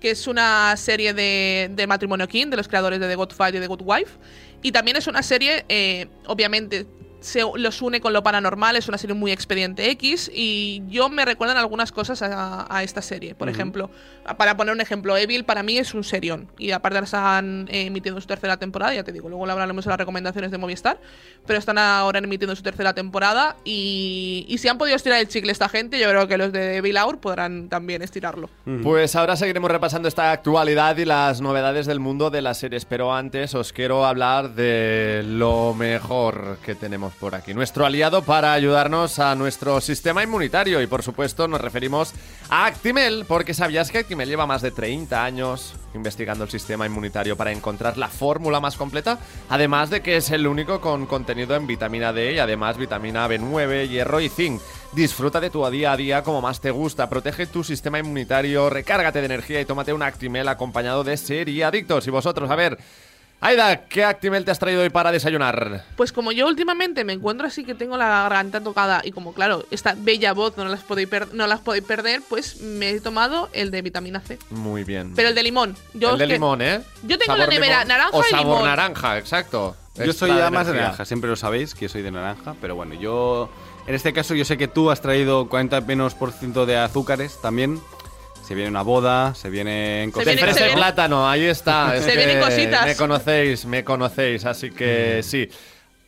Speaker 3: que es una serie de, de matrimonio King, de los creadores de The Good Fight y The Good Wife. Y también es una serie, eh, obviamente, se los une con lo paranormal, es una serie muy expediente X. Y yo me recuerdan algunas cosas a, a esta serie. Por
Speaker 11: Ujú.
Speaker 3: ejemplo, para poner un ejemplo, Evil para mí es un serión. Y aparte las han eh, emitido en su tercera temporada, ya te digo, luego lo hablaremos en las recomendaciones de Movistar. Pero están ahora emitiendo su tercera temporada. Y, y si han podido estirar el chicle esta gente, yo creo que los de Evil Hour podrán también estirarlo.
Speaker 2: Pues ahora seguiremos repasando esta actualidad y las novedades del mundo de las series, pero antes os quiero hablar de lo mejor que tenemos por aquí. Nuestro aliado para ayudarnos a nuestro sistema inmunitario y por supuesto nos referimos a Actimel, porque sabías que Actimel lleva más de 30 años investigando el sistema inmunitario para encontrar la fórmula más completa, además de que es el único con contenido en vitamina D y además vitamina B9, hierro y zinc. Disfruta de tu día a día como más te gusta, protege tu sistema inmunitario, recárgate de energía y tómate un Actimel acompañado de serie adictos. Y vosotros, a ver, Aida, ¿qué Actimel te has traído hoy para desayunar?
Speaker 3: Pues como yo últimamente me encuentro así que tengo la garganta tocada y como claro, esta bella voz no las podéis, per- no las podéis perder, pues me he tomado el de vitamina C.
Speaker 2: Muy bien.
Speaker 3: Pero el de limón. Yo
Speaker 2: el de
Speaker 3: es que-
Speaker 2: limón, ¿eh?
Speaker 3: Yo tengo la nevera
Speaker 2: limón.
Speaker 3: naranja
Speaker 2: o
Speaker 3: y
Speaker 2: sabor
Speaker 3: limón.
Speaker 2: naranja, exacto.
Speaker 4: Yo soy
Speaker 2: Extra
Speaker 4: ya más de
Speaker 2: energía.
Speaker 4: naranja, siempre lo sabéis que soy de naranja, pero bueno, yo en este caso yo sé que tú has traído 40 menos por ciento de azúcares también. Se viene una boda, se vienen
Speaker 2: Se viene fresa y plátano, ahí está. es
Speaker 3: Se vienen
Speaker 2: que
Speaker 3: cositas.
Speaker 2: Me conocéis, me conocéis, así que sí.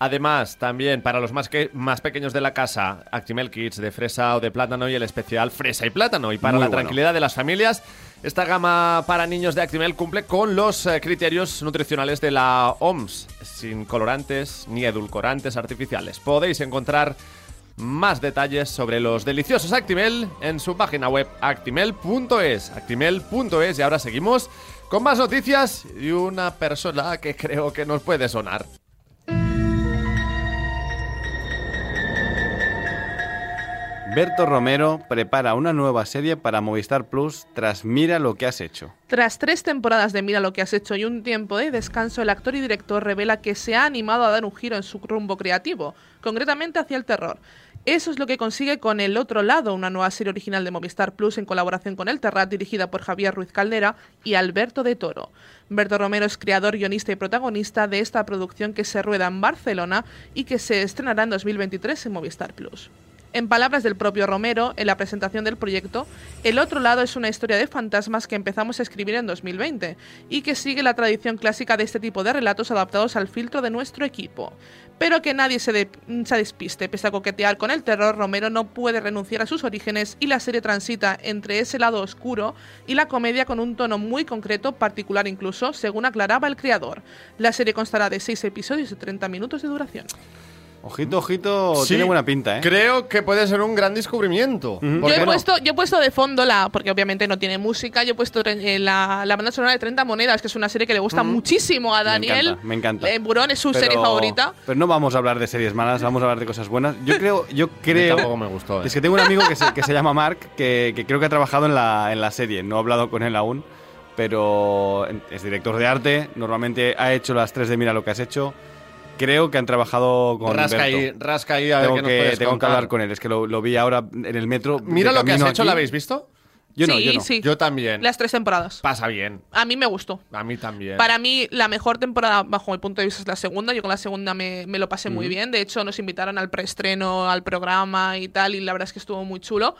Speaker 2: Además, también para los más, que, más pequeños de la casa, Actimel Kids de fresa o de plátano y el especial fresa y plátano. Y para
Speaker 4: Muy
Speaker 2: la
Speaker 4: bueno.
Speaker 2: tranquilidad de las familias, esta gama para niños de Actimel cumple con los eh, criterios nutricionales de la OMS, sin colorantes ni edulcorantes artificiales. Podéis encontrar más detalles sobre los deliciosos Actimel en su página web actimel.es. Actimel.es y ahora seguimos con más noticias y una persona que creo que nos puede sonar.
Speaker 4: Berto Romero prepara una nueva serie para Movistar Plus tras Mira lo que has hecho.
Speaker 3: Tras tres temporadas de Mira lo que has hecho y un tiempo de descanso, el actor y director revela que se ha animado a dar un giro en su rumbo creativo, concretamente hacia el terror. Eso es lo que consigue con El Otro Lado, una nueva serie original de Movistar Plus en colaboración con El Terrat, dirigida por Javier Ruiz Caldera y Alberto de Toro. Berto Romero es creador, guionista y protagonista de esta producción que se rueda en Barcelona y que se estrenará en 2023 en Movistar Plus. En palabras del propio Romero, en la presentación del proyecto, El otro lado es una historia de fantasmas que empezamos a escribir en 2020 y que sigue la tradición clásica de este tipo de relatos adaptados al filtro de nuestro equipo. Pero que nadie se, de- se despiste, pese a coquetear con el terror, Romero no puede renunciar a sus orígenes y la serie transita entre ese lado oscuro y la comedia con un tono muy concreto, particular incluso, según aclaraba el creador. La serie constará de seis episodios de 30 minutos de duración.
Speaker 4: Ojito, ojito,
Speaker 2: Sí,
Speaker 4: tiene buena pinta, ¿eh?
Speaker 2: Creo que puede ser un gran descubrimiento. ¿Por
Speaker 3: Yo
Speaker 2: qué
Speaker 3: he,
Speaker 2: no?
Speaker 3: puesto, yo he puesto de fondo la, porque obviamente no tiene música, yo he puesto eh, la, la banda sonora de 30 monedas, que es una serie que le gusta muchísimo a
Speaker 4: Me
Speaker 3: Daniel.
Speaker 4: encanta, me encanta.
Speaker 3: Eh, Burón es su
Speaker 4: Pero-
Speaker 3: serie favorita.
Speaker 4: Pero no vamos a hablar de series malas, vamos a hablar de cosas buenas. Yo creo, yo creo.
Speaker 2: tampoco me gustó, ¿eh?
Speaker 4: Es que tengo un amigo que se, que se llama Mark, que, que creo que ha trabajado en la, en la serie. No he hablado con él aún, pero es director de arte. Normalmente ha hecho las tres de Mira lo que has hecho. Creo que han trabajado con.
Speaker 2: rasca
Speaker 4: Berto.
Speaker 2: ahí, rasca ahí a ver
Speaker 4: tengo
Speaker 2: qué nos
Speaker 4: que,
Speaker 2: puedes
Speaker 4: tengo que
Speaker 2: contar.
Speaker 4: hablar con él. Es que lo, lo vi ahora en el metro. de
Speaker 2: Mira lo que has
Speaker 4: camino
Speaker 2: hecho,
Speaker 4: aquí.
Speaker 2: ¿la habéis visto?
Speaker 4: Yo no,
Speaker 3: Sí,
Speaker 4: yo no.
Speaker 3: sí.
Speaker 2: Yo también.
Speaker 3: Las tres temporadas.
Speaker 2: Pasa bien.
Speaker 3: A mí me gustó.
Speaker 2: A mí también.
Speaker 3: Para mí, la mejor temporada, bajo mi punto de vista, es la segunda. Yo con la segunda me, me lo pasé muy bien. De hecho, nos invitaron al preestreno, al programa y tal, y la verdad es que estuvo muy chulo.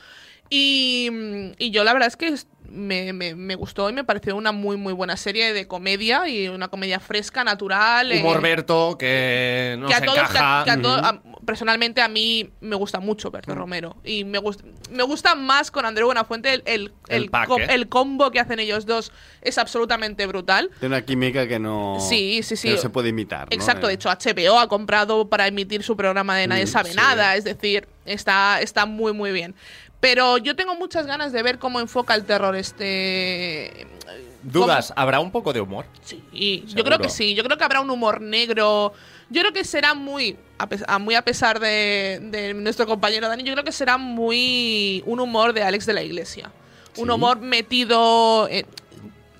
Speaker 3: Y, mm, y yo la verdad es que es- me, me- me gustó y me pareció una muy, muy buena serie de comedia y una comedia fresca, natural. eh,
Speaker 2: Humor Berto, que no
Speaker 3: que a
Speaker 2: se
Speaker 3: todos-
Speaker 2: encaja.
Speaker 3: que a- que a todos- a- personalmente a mí me gusta mucho Berto Romero y me gusta me gusta más con Andreu Buenafuente el el,
Speaker 2: El
Speaker 3: el
Speaker 2: pack,
Speaker 3: com-
Speaker 2: ¿eh?
Speaker 3: el combo que hacen ellos dos es absolutamente brutal.
Speaker 4: Tiene una química que no.
Speaker 3: Sí, sí, sí.
Speaker 4: que no se puede imitar. ¿no?
Speaker 3: Exacto,
Speaker 4: Eh,
Speaker 3: de hecho HBO ha comprado para emitir su programa de Nadie
Speaker 4: Mm,
Speaker 3: sabe
Speaker 4: sí.
Speaker 3: nada, es decir, está, está muy muy bien. Pero yo tengo muchas ganas de ver cómo enfoca el terror este...
Speaker 2: Dudas, ¿habrá un poco de humor?
Speaker 3: Sí, y yo
Speaker 2: Seguro.
Speaker 3: creo que sí, yo creo que habrá un humor negro, yo creo que será muy, a pes- a, muy a pesar de, de nuestro compañero Dani, yo creo que será muy un humor de Alex de la Iglesia, un humor metido... eh,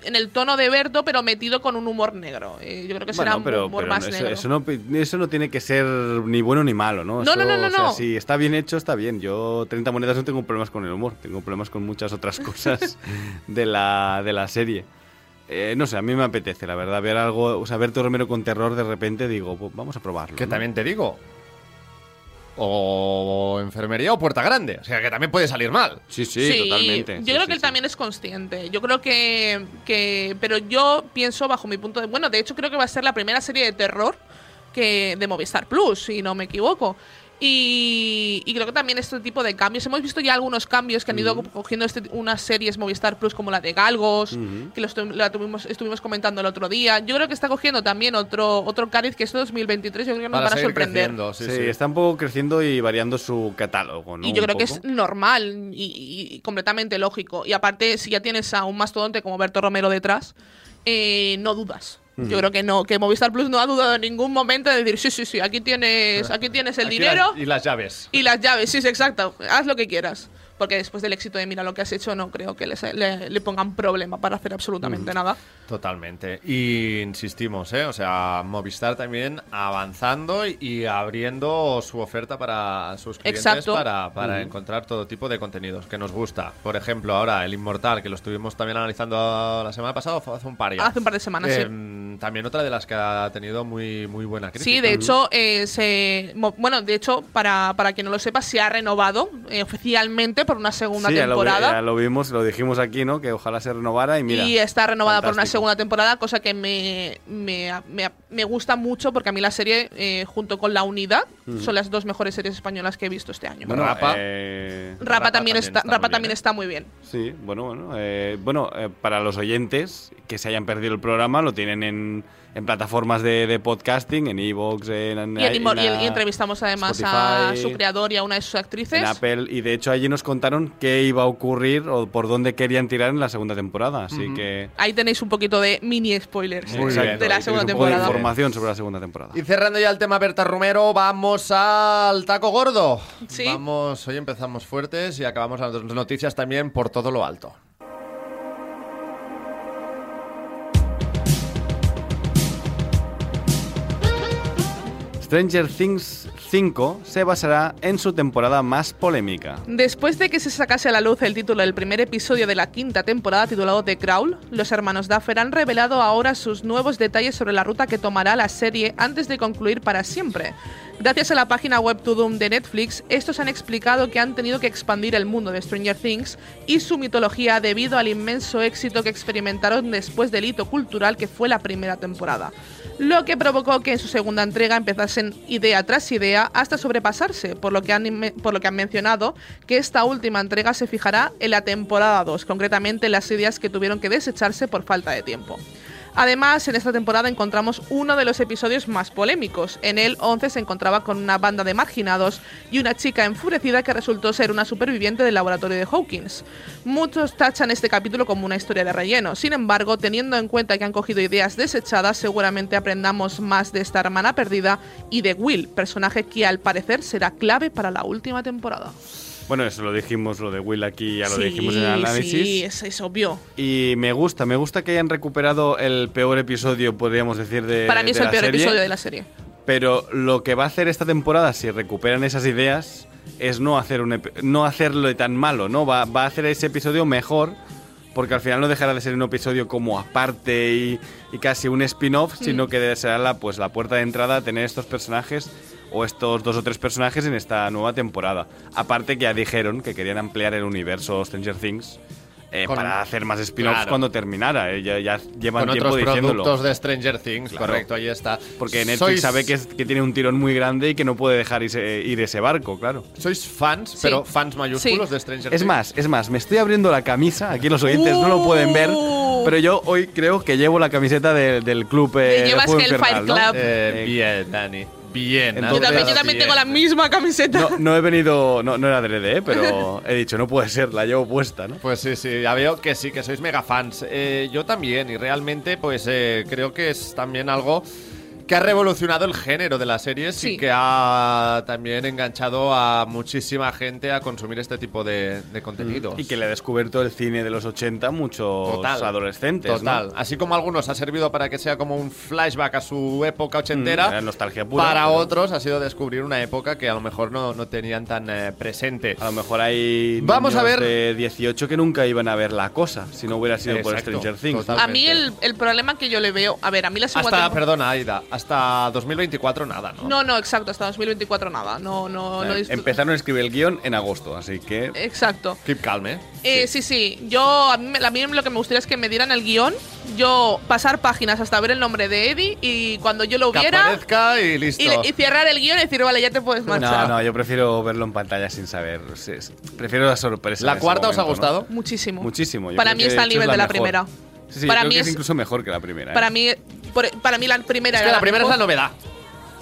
Speaker 3: en el tono de Berto, pero metido con un humor negro. Eh, yo creo que será
Speaker 4: Bueno, pero,
Speaker 3: un humor
Speaker 4: pero
Speaker 3: más
Speaker 4: eso,
Speaker 3: negro.
Speaker 4: eso no, eso no tiene que ser ni bueno ni malo, ¿no?
Speaker 3: No,
Speaker 4: Eso,
Speaker 3: no, no, no,
Speaker 4: o sea,
Speaker 3: no.
Speaker 4: Si está bien hecho, está bien. Yo 30 monedas no tengo problemas con el humor, tengo problemas con muchas otras cosas de, la, de la serie. Eh, no sé, a mí me apetece, la verdad, ver algo, o sea, ver Romero con terror de repente, digo, "Bu- vamos a probarlo.
Speaker 2: Que
Speaker 4: ¿no?".
Speaker 2: también te digo. O enfermería o puerta grande. O sea, que también puede salir mal.
Speaker 4: Sí, sí, totalmente.
Speaker 3: Yo
Speaker 4: Sí,
Speaker 3: creo
Speaker 4: sí,
Speaker 3: que él
Speaker 4: sí.
Speaker 3: también es consciente. Yo creo que, que. Pero yo pienso, bajo mi punto de. Bueno, de hecho, creo que va a ser la primera serie de terror que de Movistar Plus, si no me equivoco. Y, y creo que también este tipo de cambios. Hemos visto ya algunos cambios que han ido cogiendo este- unas series Movistar Plus como la de Galgos, que lo estu- la tuvimos, estuvimos comentando el otro día. Yo creo que está cogiendo también otro, otro cariz que este 2023 yo creo que nos
Speaker 2: Para
Speaker 3: van a
Speaker 2: seguir
Speaker 3: sorprender.
Speaker 2: creciendo. Sí,
Speaker 4: Sí,
Speaker 2: sí.
Speaker 4: está un poco creciendo y variando su catálogo, ¿no?
Speaker 3: Y
Speaker 4: Un
Speaker 3: yo creo que
Speaker 4: poco.
Speaker 3: es normal y, y- y completamente lógico. Y aparte, si ya tienes a un mastodonte como Berto Romero detrás, eh, no dudas. Yo creo que no, que Movistar Plus no ha dudado en ningún momento de decir, sí, sí, sí, aquí tienes, aquí tienes el
Speaker 2: Aquí
Speaker 3: dinero
Speaker 2: las- y las llaves.
Speaker 3: y las llaves, sí, sí, exacto, haz lo que quieras. Porque después del éxito de Mira lo que has hecho, no creo que les- le, le pongan problema para hacer absolutamente nada.
Speaker 2: Totalmente. Y insistimos, ¿eh? O sea, Movistar también avanzando y abriendo su oferta para sus clientes
Speaker 3: Exacto.
Speaker 2: para, para encontrar todo tipo de contenidos que nos gusta. Por ejemplo, ahora El Inmortal, que lo estuvimos también analizando la semana pasada, o fue hace un par ya.
Speaker 3: Hace un par de semanas, sí.
Speaker 2: Em, También otra de las que ha tenido muy, muy buena crítica.
Speaker 3: Sí, de hecho, eh, se, mo- bueno, de hecho, para, para quien no lo sepa, se ha renovado eh, oficialmente por una segunda
Speaker 4: Sí, ya lo vi-
Speaker 3: temporada.
Speaker 4: ya lo vimos, lo dijimos aquí, ¿no? Que ojalá se renovara y mira.
Speaker 3: y está renovada por una
Speaker 4: fantástico.
Speaker 3: segunda temporada, cosa que me, me, me- me gusta mucho porque a mí la serie, eh, junto con La Unidad, son las dos mejores series españolas que he visto este año.
Speaker 4: Bueno,
Speaker 2: Rapa.
Speaker 4: eh,
Speaker 3: Rapa,
Speaker 2: Rapa
Speaker 3: también,
Speaker 2: también
Speaker 3: está,
Speaker 2: está
Speaker 3: Rapa
Speaker 2: muy bien,
Speaker 3: también
Speaker 2: ¿eh?
Speaker 3: está muy bien.
Speaker 4: Sí, bueno, bueno. eh, bueno, eh, para los oyentes que se hayan perdido el programa, lo tienen en, en plataformas de, de podcasting, en Evox, en, en,
Speaker 3: Y, el Inmor- y el-
Speaker 4: a-
Speaker 3: y entrevistamos además a
Speaker 4: Spotify,
Speaker 3: su creador y a una de sus actrices.
Speaker 4: en Apple. Y de hecho allí nos contaron qué iba a ocurrir o por dónde querían tirar en la segunda temporada. Así que...
Speaker 3: Ahí tenéis un poquito de mini spoilers
Speaker 2: Muy
Speaker 3: de
Speaker 2: bien.
Speaker 3: la segunda
Speaker 4: ahí tenéis un poco de
Speaker 3: temporada.
Speaker 4: información sobre la segunda temporada.
Speaker 2: Y cerrando ya el tema Berta Romero, vamos Vamos al taco gordo.
Speaker 3: Sí.
Speaker 2: Vamos, hoy empezamos fuertes y acabamos las dos noticias también por todo lo alto.
Speaker 4: Stranger Things 5 se basará en su temporada más polémica.
Speaker 3: Después de que se sacase a la luz el título del primer episodio de la quinta temporada titulado The Crawl, los hermanos Duffer han revelado ahora sus nuevos detalles sobre la ruta que tomará la serie antes de concluir para siempre. Gracias a la página web To Doom de Netflix, estos han explicado que han tenido que expandir el mundo de Stranger Things y su mitología debido al inmenso éxito que experimentaron después del hito cultural que fue la primera temporada, lo que provocó que en su segunda entrega empezasen idea tras idea hasta sobrepasarse, por lo que han, inme- por lo que han mencionado que esta última entrega se fijará en la temporada 2, concretamente en las ideas que tuvieron que desecharse por falta de tiempo. Además, en esta temporada encontramos uno de los episodios más polémicos. En él, 11 se encontraba con una banda de marginados y una chica enfurecida que resultó ser una superviviente del laboratorio de Hawkins. Muchos tachan este capítulo como una historia de relleno. Sin embargo, teniendo en cuenta que han cogido ideas desechadas, seguramente aprendamos más de esta hermana perdida y de Will, personaje que al parecer será clave para la última temporada.
Speaker 4: Bueno, eso lo dijimos, lo de Will aquí, ya lo
Speaker 3: Sí,
Speaker 4: dijimos en el análisis.
Speaker 3: Sí, es, es obvio.
Speaker 4: Y me gusta, me gusta que hayan recuperado el peor episodio, podríamos decir, de
Speaker 3: para mí es
Speaker 4: Eh,
Speaker 3: el
Speaker 4: de la
Speaker 3: peor
Speaker 4: serie.
Speaker 3: episodio de la serie.
Speaker 4: Pero lo que va a hacer esta temporada, si recuperan esas ideas, es no, hacer un ep- no hacerlo tan malo, ¿no? Va, va a hacer ese episodio mejor, porque al final no dejará de ser un episodio como aparte y, y casi un spin-off,
Speaker 3: Mm.
Speaker 4: sino que será la, pues, la puerta de entrada a tener estos personajes o estos dos o tres personajes en esta nueva temporada. Aparte que ya dijeron que querían ampliar el universo Stranger Things. eh,
Speaker 2: Con-
Speaker 4: para hacer más spin-offs
Speaker 2: Claro.
Speaker 4: cuando terminara, eh, ya, ya llevan
Speaker 2: Con
Speaker 4: tiempo
Speaker 2: otros
Speaker 4: diciéndolo.
Speaker 2: productos de Stranger Things, correcto, ahí está.
Speaker 4: Porque Netflix
Speaker 2: Sois-
Speaker 4: sabe que, es- que tiene un tirón muy grande y que no puede dejar irse- eh, ir ese barco, claro.
Speaker 2: Sois fans, pero fans mayúsculos de Stranger Things.
Speaker 4: Es más, es más, me estoy abriendo la camisa, aquí los oyentes no
Speaker 2: Uh.
Speaker 4: lo pueden ver, pero yo hoy creo que llevo la camiseta de- del club eh,
Speaker 3: Te llevas
Speaker 4: Fuego
Speaker 3: que el
Speaker 4: Infernal,
Speaker 3: Fight
Speaker 4: ¿no?
Speaker 3: Club.
Speaker 4: Eh,
Speaker 2: bien, Dani. Bien,
Speaker 3: Yo también, yo también tengo la misma camiseta.
Speaker 4: no, no he venido, no, no era adrede, eh, pero he dicho, no puede ser, la llevo puesta, ¿no?
Speaker 2: Pues sí, sí, ya veo que sí, que sois mega fans. Eh, yo también, y realmente, pues eh, creo que es también algo que ha revolucionado el género de las series y que ha también enganchado a muchísima gente a consumir este tipo de, de contenidos.
Speaker 4: Mm, Y que le ha descubierto el cine de los 80 a muchos
Speaker 2: Total.
Speaker 4: adolescentes. ¿no?
Speaker 2: Total. Así como a algunos ha servido para que sea como un flashback a su época ochentera,
Speaker 4: Mm, era nostalgia pura,
Speaker 2: para
Speaker 4: pero-
Speaker 2: otros ha sido descubrir una época que a lo mejor no, no tenían tan eh, presente.
Speaker 4: A lo mejor hay
Speaker 2: Vamos a
Speaker 4: niños
Speaker 2: ver.
Speaker 4: de 18 que nunca iban a ver la cosa si no hubiera sido por
Speaker 2: Exacto,
Speaker 4: Stranger Things. ¿no?
Speaker 3: A mí el, el problema que yo le veo, a ver, a mí la segunda
Speaker 2: Hasta,
Speaker 3: temporada-
Speaker 2: perdona, Aida, hasta 2024 nada, ¿no?
Speaker 3: No, no, exacto, hasta 2024 nada. No, no, no
Speaker 4: Eh,
Speaker 3: disfr-
Speaker 4: Empezaron a escribir el guión en agosto, así que.
Speaker 3: Exacto.
Speaker 2: Keep calm, ¿eh?
Speaker 3: Eh, sí. sí, Yo, a mí, me- a mí lo que me gustaría es que me dieran el guión, yo pasar páginas hasta ver el nombre de Eddie y cuando yo lo
Speaker 2: Que
Speaker 3: viera
Speaker 2: aparezca y listo.
Speaker 3: y, y cerrar el guión y decir, vale, ya te puedes
Speaker 4: No,
Speaker 3: marchar.
Speaker 4: no, yo prefiero verlo en pantalla sin saber. o sea, es- Prefiero la sorpresa.
Speaker 2: ¿La
Speaker 4: en ese
Speaker 2: cuarta os ha
Speaker 4: momento, ¿no?
Speaker 2: gustado?
Speaker 3: Muchísimo.
Speaker 4: Muchísimo. yo
Speaker 3: Para
Speaker 4: creo
Speaker 3: mí
Speaker 4: que
Speaker 3: está al
Speaker 4: de hecho
Speaker 3: nivel de la
Speaker 4: mejor.
Speaker 3: primera.
Speaker 4: Sí, sí, yo
Speaker 3: Para
Speaker 4: creo
Speaker 3: mí
Speaker 4: que es
Speaker 3: es-
Speaker 4: incluso mejor que la primera. ¿eh?
Speaker 3: Para mí, por- para mí la primera
Speaker 2: Es que
Speaker 3: era
Speaker 2: la primera es
Speaker 3: mejor.
Speaker 2: la Mm. novedad.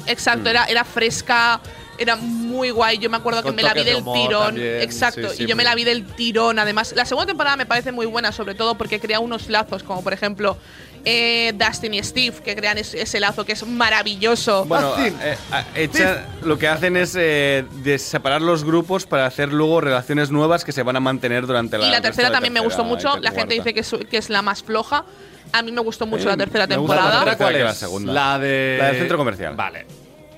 Speaker 3: Exacto, era, era fresca, era muy guay. Yo me acuerdo
Speaker 2: Con
Speaker 3: que me la vi
Speaker 2: toques de
Speaker 3: del
Speaker 2: humor
Speaker 3: tirón.
Speaker 2: también,
Speaker 3: Exacto,
Speaker 2: sí, sí,
Speaker 3: y yo me
Speaker 2: muy-
Speaker 3: la vi del tirón. Además, la segunda temporada me parece muy buena, sobre todo porque crea unos lazos, como por ejemplo eh, Dustin y Steve, que crean es- ese lazo que es maravilloso.
Speaker 4: Bueno, eh, a- echa- lo que hacen es eh, de separar los grupos para hacer luego relaciones nuevas que se van a mantener durante la
Speaker 3: y la
Speaker 4: resto
Speaker 3: tercera
Speaker 4: de
Speaker 3: también me gustó
Speaker 4: tercera
Speaker 3: mucho.
Speaker 4: y
Speaker 3: La gente
Speaker 4: cuarta.
Speaker 3: dice que es, que es la más floja. A mí me gustó mucho
Speaker 4: Eh,
Speaker 3: la tercera
Speaker 4: me gusta la
Speaker 3: temporada.
Speaker 4: tercera
Speaker 2: ¿Cuál
Speaker 4: que la
Speaker 2: es?
Speaker 4: segunda.
Speaker 2: La de-
Speaker 4: La del centro comercial.
Speaker 2: Vale.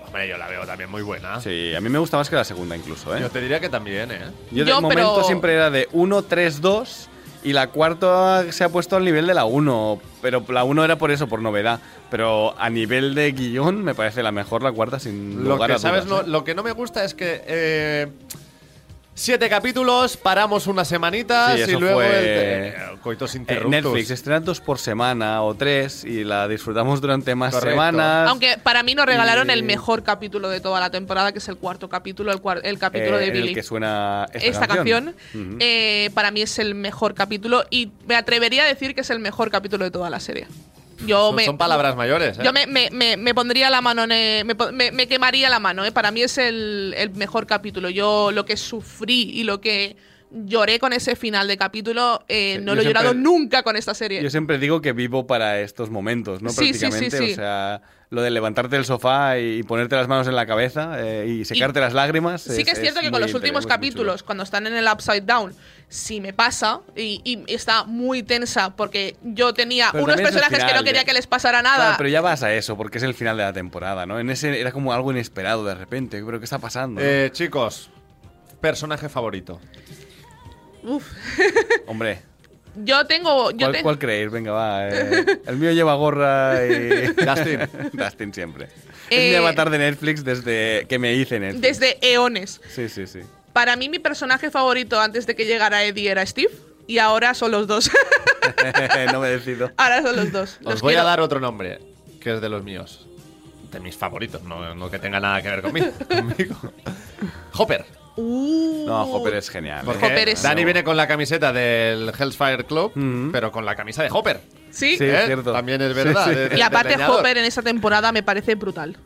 Speaker 2: Hombre, yo la veo también muy buena.
Speaker 4: Sí, a mí me gusta más que la segunda incluso, ¿eh?
Speaker 2: Yo te diría que también, ¿eh?
Speaker 4: Yo de
Speaker 3: Yo,
Speaker 4: momento
Speaker 3: pero-
Speaker 4: siempre era de 1, 3, 2 y la cuarta se ha puesto al nivel de la 1, pero la 1 era por eso, por novedad. Pero a nivel de guión me parece la mejor la cuarta sin
Speaker 2: Lo
Speaker 4: lugar
Speaker 2: que,
Speaker 4: a
Speaker 2: sabes, no,
Speaker 4: dudas. ¿eh?
Speaker 2: lo que no me gusta es que. eh, siete capítulos, paramos unas semanitas
Speaker 4: Sí,
Speaker 2: y
Speaker 4: eso
Speaker 2: luego.
Speaker 4: fue-
Speaker 2: el- el coitos
Speaker 4: Eh,
Speaker 2: interruptos.
Speaker 4: Netflix estrena dos por semana o tres y la disfrutamos durante más
Speaker 2: Correcto.
Speaker 4: semanas.
Speaker 3: Aunque para mí nos regalaron
Speaker 4: Y-
Speaker 3: el mejor capítulo de toda la temporada, que es el cuarto capítulo, el, cuar- el capítulo
Speaker 4: eh,
Speaker 3: de
Speaker 4: en
Speaker 3: Billy.
Speaker 4: el que suena esta,
Speaker 3: esta, canción,
Speaker 4: Ujú.
Speaker 3: eh, para mí es el mejor capítulo y me atrevería a decir que es el mejor capítulo de toda la serie. Yo
Speaker 2: Son,
Speaker 3: me,
Speaker 2: son palabras mayores, ¿eh?
Speaker 3: Yo me, me- me- me pondría la mano, en, eh, me, po- me- me quemaría la mano. eh. Para mí es el, el mejor capítulo. Yo lo que sufrí y lo que lloré con ese final de capítulo. eh,
Speaker 4: Sí,
Speaker 3: no
Speaker 4: yo
Speaker 3: lo he llorado
Speaker 4: siempre-
Speaker 3: nunca con esta serie.
Speaker 4: Yo siempre digo que vivo para estos momentos, ¿no?
Speaker 3: Sí, sí, sí,
Speaker 4: Prácticamente.
Speaker 3: sí.
Speaker 4: O sea, lo de levantarte del sofá y ponerte las manos en la cabeza eh, y secarte las lágrimas.
Speaker 3: Sí que es cierto que con
Speaker 4: muy
Speaker 3: los últimos
Speaker 4: interesante, es muy
Speaker 3: capítulos, cuando están en el Upside Down, sí me pasa y, y está muy tensa porque yo tenía
Speaker 4: Pero
Speaker 3: unos
Speaker 4: también es el
Speaker 3: personajes que
Speaker 4: final,
Speaker 3: no quería
Speaker 4: ya.
Speaker 3: que les pasara
Speaker 4: chulo.
Speaker 3: nada.
Speaker 4: Claro, pero ya vas a eso, porque es el final de la temporada, ¿no? En ese era como algo inesperado de repente. Pero ¿qué está pasando? no?
Speaker 2: Eh, chicos, personaje favorito.
Speaker 4: Hombre,
Speaker 3: Yo tengo... Yo
Speaker 4: ¿cuál,
Speaker 3: te-
Speaker 4: cuál creéis? Venga, va. eh, el mío lleva gorra y.
Speaker 2: Dustin.
Speaker 4: Dustin siempre.
Speaker 3: Eh,
Speaker 4: es mi avatar de Netflix desde que me hice Netflix.
Speaker 3: Desde eones.
Speaker 4: Sí, sí, sí.
Speaker 3: Para mí mi personaje favorito antes de que llegara Eddie era Steve y ahora son los dos.
Speaker 4: no me decido.
Speaker 3: ahora son los dos.
Speaker 2: Os
Speaker 3: Los
Speaker 2: voy a
Speaker 3: quiero.
Speaker 2: dar otro nombre, que es de los míos. De mis favoritos, no, no que tenga nada que ver conmigo. conmigo. Hopper.
Speaker 3: Uh,
Speaker 4: No, Hopper es genial. ¿eh?
Speaker 2: Porque
Speaker 3: Hopper es-
Speaker 2: Dani viene con la camiseta del Hellfire Club,
Speaker 4: Mhm.
Speaker 2: pero con la camisa de Hopper. ¿eh?
Speaker 3: Sí.
Speaker 4: Sí, es cierto.
Speaker 2: También es verdad.
Speaker 4: Sí, sí.
Speaker 2: de- de-
Speaker 3: Y aparte
Speaker 2: del leñador.
Speaker 3: Hopper en esta temporada me parece brutal.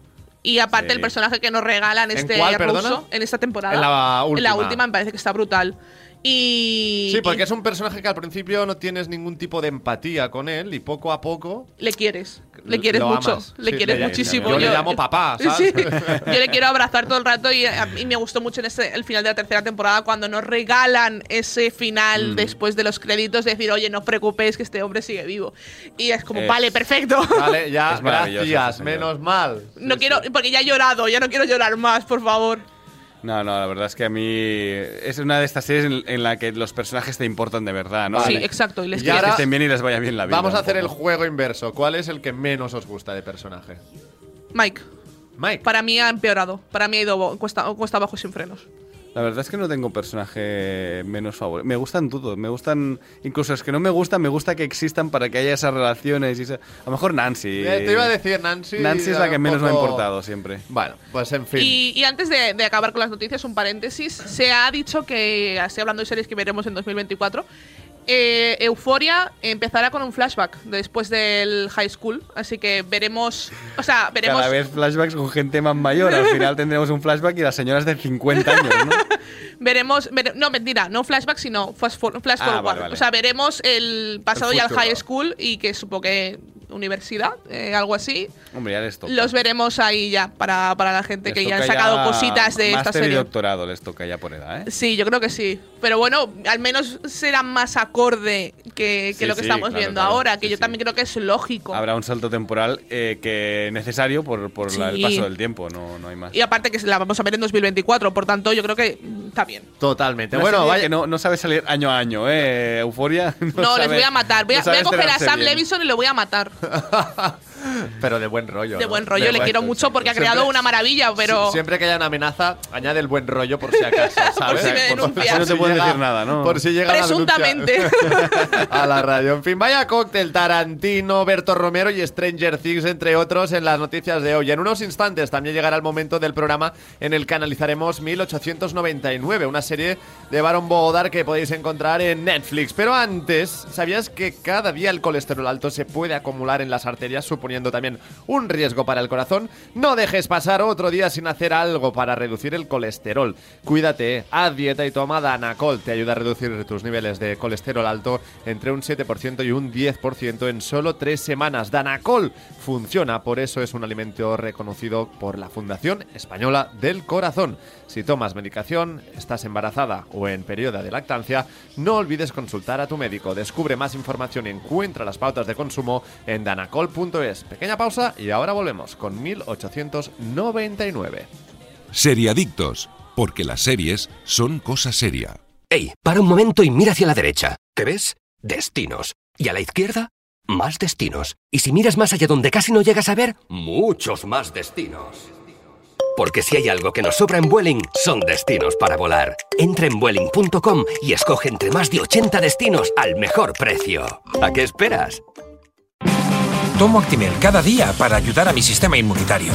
Speaker 3: Y aparte
Speaker 4: Sí.
Speaker 3: el personaje que nos regalan
Speaker 2: ¿En
Speaker 3: este
Speaker 2: cuál, perdona?
Speaker 3: ruso en esta temporada.
Speaker 2: En la
Speaker 3: En la
Speaker 2: última.
Speaker 3: última me parece que está brutal. Y
Speaker 2: Sí, porque
Speaker 3: y
Speaker 2: es un personaje que al principio no tienes ningún tipo de empatía con él y poco a poco.
Speaker 3: le quieres, le quieres
Speaker 2: lo
Speaker 3: mucho,
Speaker 2: amas.
Speaker 3: le
Speaker 2: Sí,
Speaker 3: quieres
Speaker 2: le-
Speaker 3: muchísimo.
Speaker 2: yo le llamo papá, ¿sabes?
Speaker 3: Sí. Yo le quiero abrazar todo el rato y, a- y me gustó mucho en este, el final de la tercera temporada cuando nos regalan ese final
Speaker 2: Mm.
Speaker 3: después de los créditos, de decir, oye, no os preocupéis que este hombre sigue vivo. Y es como,
Speaker 4: Es-
Speaker 3: vale, perfecto.
Speaker 2: Vale, ya,
Speaker 4: Es maravilloso
Speaker 2: gracias,
Speaker 4: ese señor.
Speaker 2: menos mal.
Speaker 3: No quiero, porque ya he llorado, ya no quiero llorar más, por favor.
Speaker 4: No, no, la verdad es que a mí es una de estas series en, en la que los personajes te importan de verdad, ¿no?
Speaker 3: Sí,
Speaker 4: Y-
Speaker 3: exacto, y les
Speaker 4: y
Speaker 2: quieres.
Speaker 4: quieres que estén bien y les vaya bien la vida.
Speaker 2: Vamos a
Speaker 4: un
Speaker 2: hacer el
Speaker 4: poco.
Speaker 2: juego inverso. ¿Cuál es el que menos os gusta de personaje?
Speaker 3: Mike,
Speaker 2: Mike.
Speaker 3: para mí ha empeorado, para mí ha ido bo- cuesta, cuesta abajo sin frenos.
Speaker 4: La verdad es que no tengo personaje menos favorito. Me gustan todos, me gustan incluso los que no me gustan, me gusta que existan para que haya esas relaciones y esa- a lo mejor Nancy.
Speaker 2: Eh, te iba a decir Nancy.
Speaker 4: Nancy es la que
Speaker 2: un
Speaker 4: menos me ha
Speaker 2: poco-
Speaker 4: importado siempre.
Speaker 2: Bueno, pues en fin.
Speaker 3: Y, y antes de, de acabar con las noticias, un paréntesis. Se ha dicho que, así hablando de series que veremos en 2024, eh, Euforia empezará con un flashback después del high school. Así que veremos. O sea, veremos.
Speaker 4: Cada vez flashbacks con gente más mayor. Al final tendremos un flashback y las señoras de 50 años, ¿no?
Speaker 3: veremos vere- no, mentira, no flashback, sino fast for- flash
Speaker 4: Ah,
Speaker 3: forward.
Speaker 4: vale, vale.
Speaker 3: O sea, veremos el pasado
Speaker 4: El
Speaker 3: ya al
Speaker 4: futuro.
Speaker 3: high school y que supongo que universidad, eh, algo así.
Speaker 4: Hombre, ya les toca.
Speaker 3: Los veremos ahí ya para, para la gente
Speaker 4: Les
Speaker 3: que ya han
Speaker 4: toca
Speaker 3: sacado cositas de esta
Speaker 4: máster y
Speaker 3: serie.
Speaker 4: doctorado les toca ya por edad, ¿eh?
Speaker 3: Sí, yo creo que sí. Pero bueno, al menos será más acorde que, que
Speaker 4: Sí,
Speaker 3: lo que
Speaker 4: sí,
Speaker 3: estamos
Speaker 4: claro,
Speaker 3: viendo
Speaker 4: claro.
Speaker 3: ahora, que
Speaker 4: Sí,
Speaker 3: yo
Speaker 4: sí.
Speaker 3: también creo que es lógico.
Speaker 4: Habrá un salto temporal eh, que necesario por, por la- el
Speaker 3: Sí.
Speaker 4: paso del tiempo, no, no hay más.
Speaker 3: Y aparte que la vamos a ver en 2024, por tanto yo creo que mm, está bien.
Speaker 2: Totalmente.
Speaker 4: Una
Speaker 2: bueno,
Speaker 4: serie
Speaker 2: vaya.
Speaker 4: que no, no sabe salir año a año, ¿eh? Euforia. No,
Speaker 3: No, les
Speaker 4: sabe-
Speaker 3: voy a matar. Voy a,
Speaker 4: no sabe
Speaker 3: voy a coger a
Speaker 4: estrenarse
Speaker 3: Sam
Speaker 4: bien.
Speaker 3: Levinson y lo voy a matar.
Speaker 2: Pero de buen rollo.
Speaker 3: De
Speaker 2: ¿no?
Speaker 3: buen rollo, le
Speaker 2: buen-
Speaker 3: quiero mucho porque ha creado una maravilla, pero...
Speaker 2: Sie- Siempre que haya una amenaza, añade el buen rollo por si acaso, ¿sabes?
Speaker 3: si me denuncian.
Speaker 4: por si no te pueden
Speaker 2: llega-
Speaker 4: decir nada, ¿no?
Speaker 2: Por si llega la denuncia
Speaker 3: Presuntamente.
Speaker 2: a la radio. En fin, vaya cóctel Tarantino, Berto Romero y Stranger Things, entre otros, en las noticias de hoy. En unos instantes también llegará el momento del programa en el que analizaremos 1899, una serie de Baron Bodar que podéis encontrar en Netflix. Pero antes, ¿sabías que cada día el colesterol alto se puede acumular en las arterias, suponiendo también un riesgo para el corazón? No dejes pasar otro día sin hacer algo para reducir el colesterol. Cuídate, haz dieta y toma Danacol. Te ayuda a reducir tus niveles de colesterol alto entre un 7% y un 10% en solo tres semanas. Danacol funciona, por eso es un alimento reconocido por la Fundación Española del Corazón. Si tomas medicación, estás embarazada o en periodo de lactancia, no olvides consultar a tu médico. Descubre más información y encuentra las pautas de consumo en danacol.es. Pequeña pausa y ahora volvemos con 1899.
Speaker 1: Seriadictos, porque las series son cosa seria.
Speaker 10: ¡Ey! Para un momento y mira hacia la derecha. ¿Qué ves? Destinos. Y a la izquierda, más destinos. Y si miras más allá donde casi no llegas a ver, muchos más destinos. Porque si hay algo que nos sobra en Vueling, son destinos para volar. Entra en Vueling.com y escoge entre más de 80 destinos al mejor precio. ¿A qué esperas?
Speaker 11: Tomo Actimel cada día para ayudar a mi sistema inmunitario.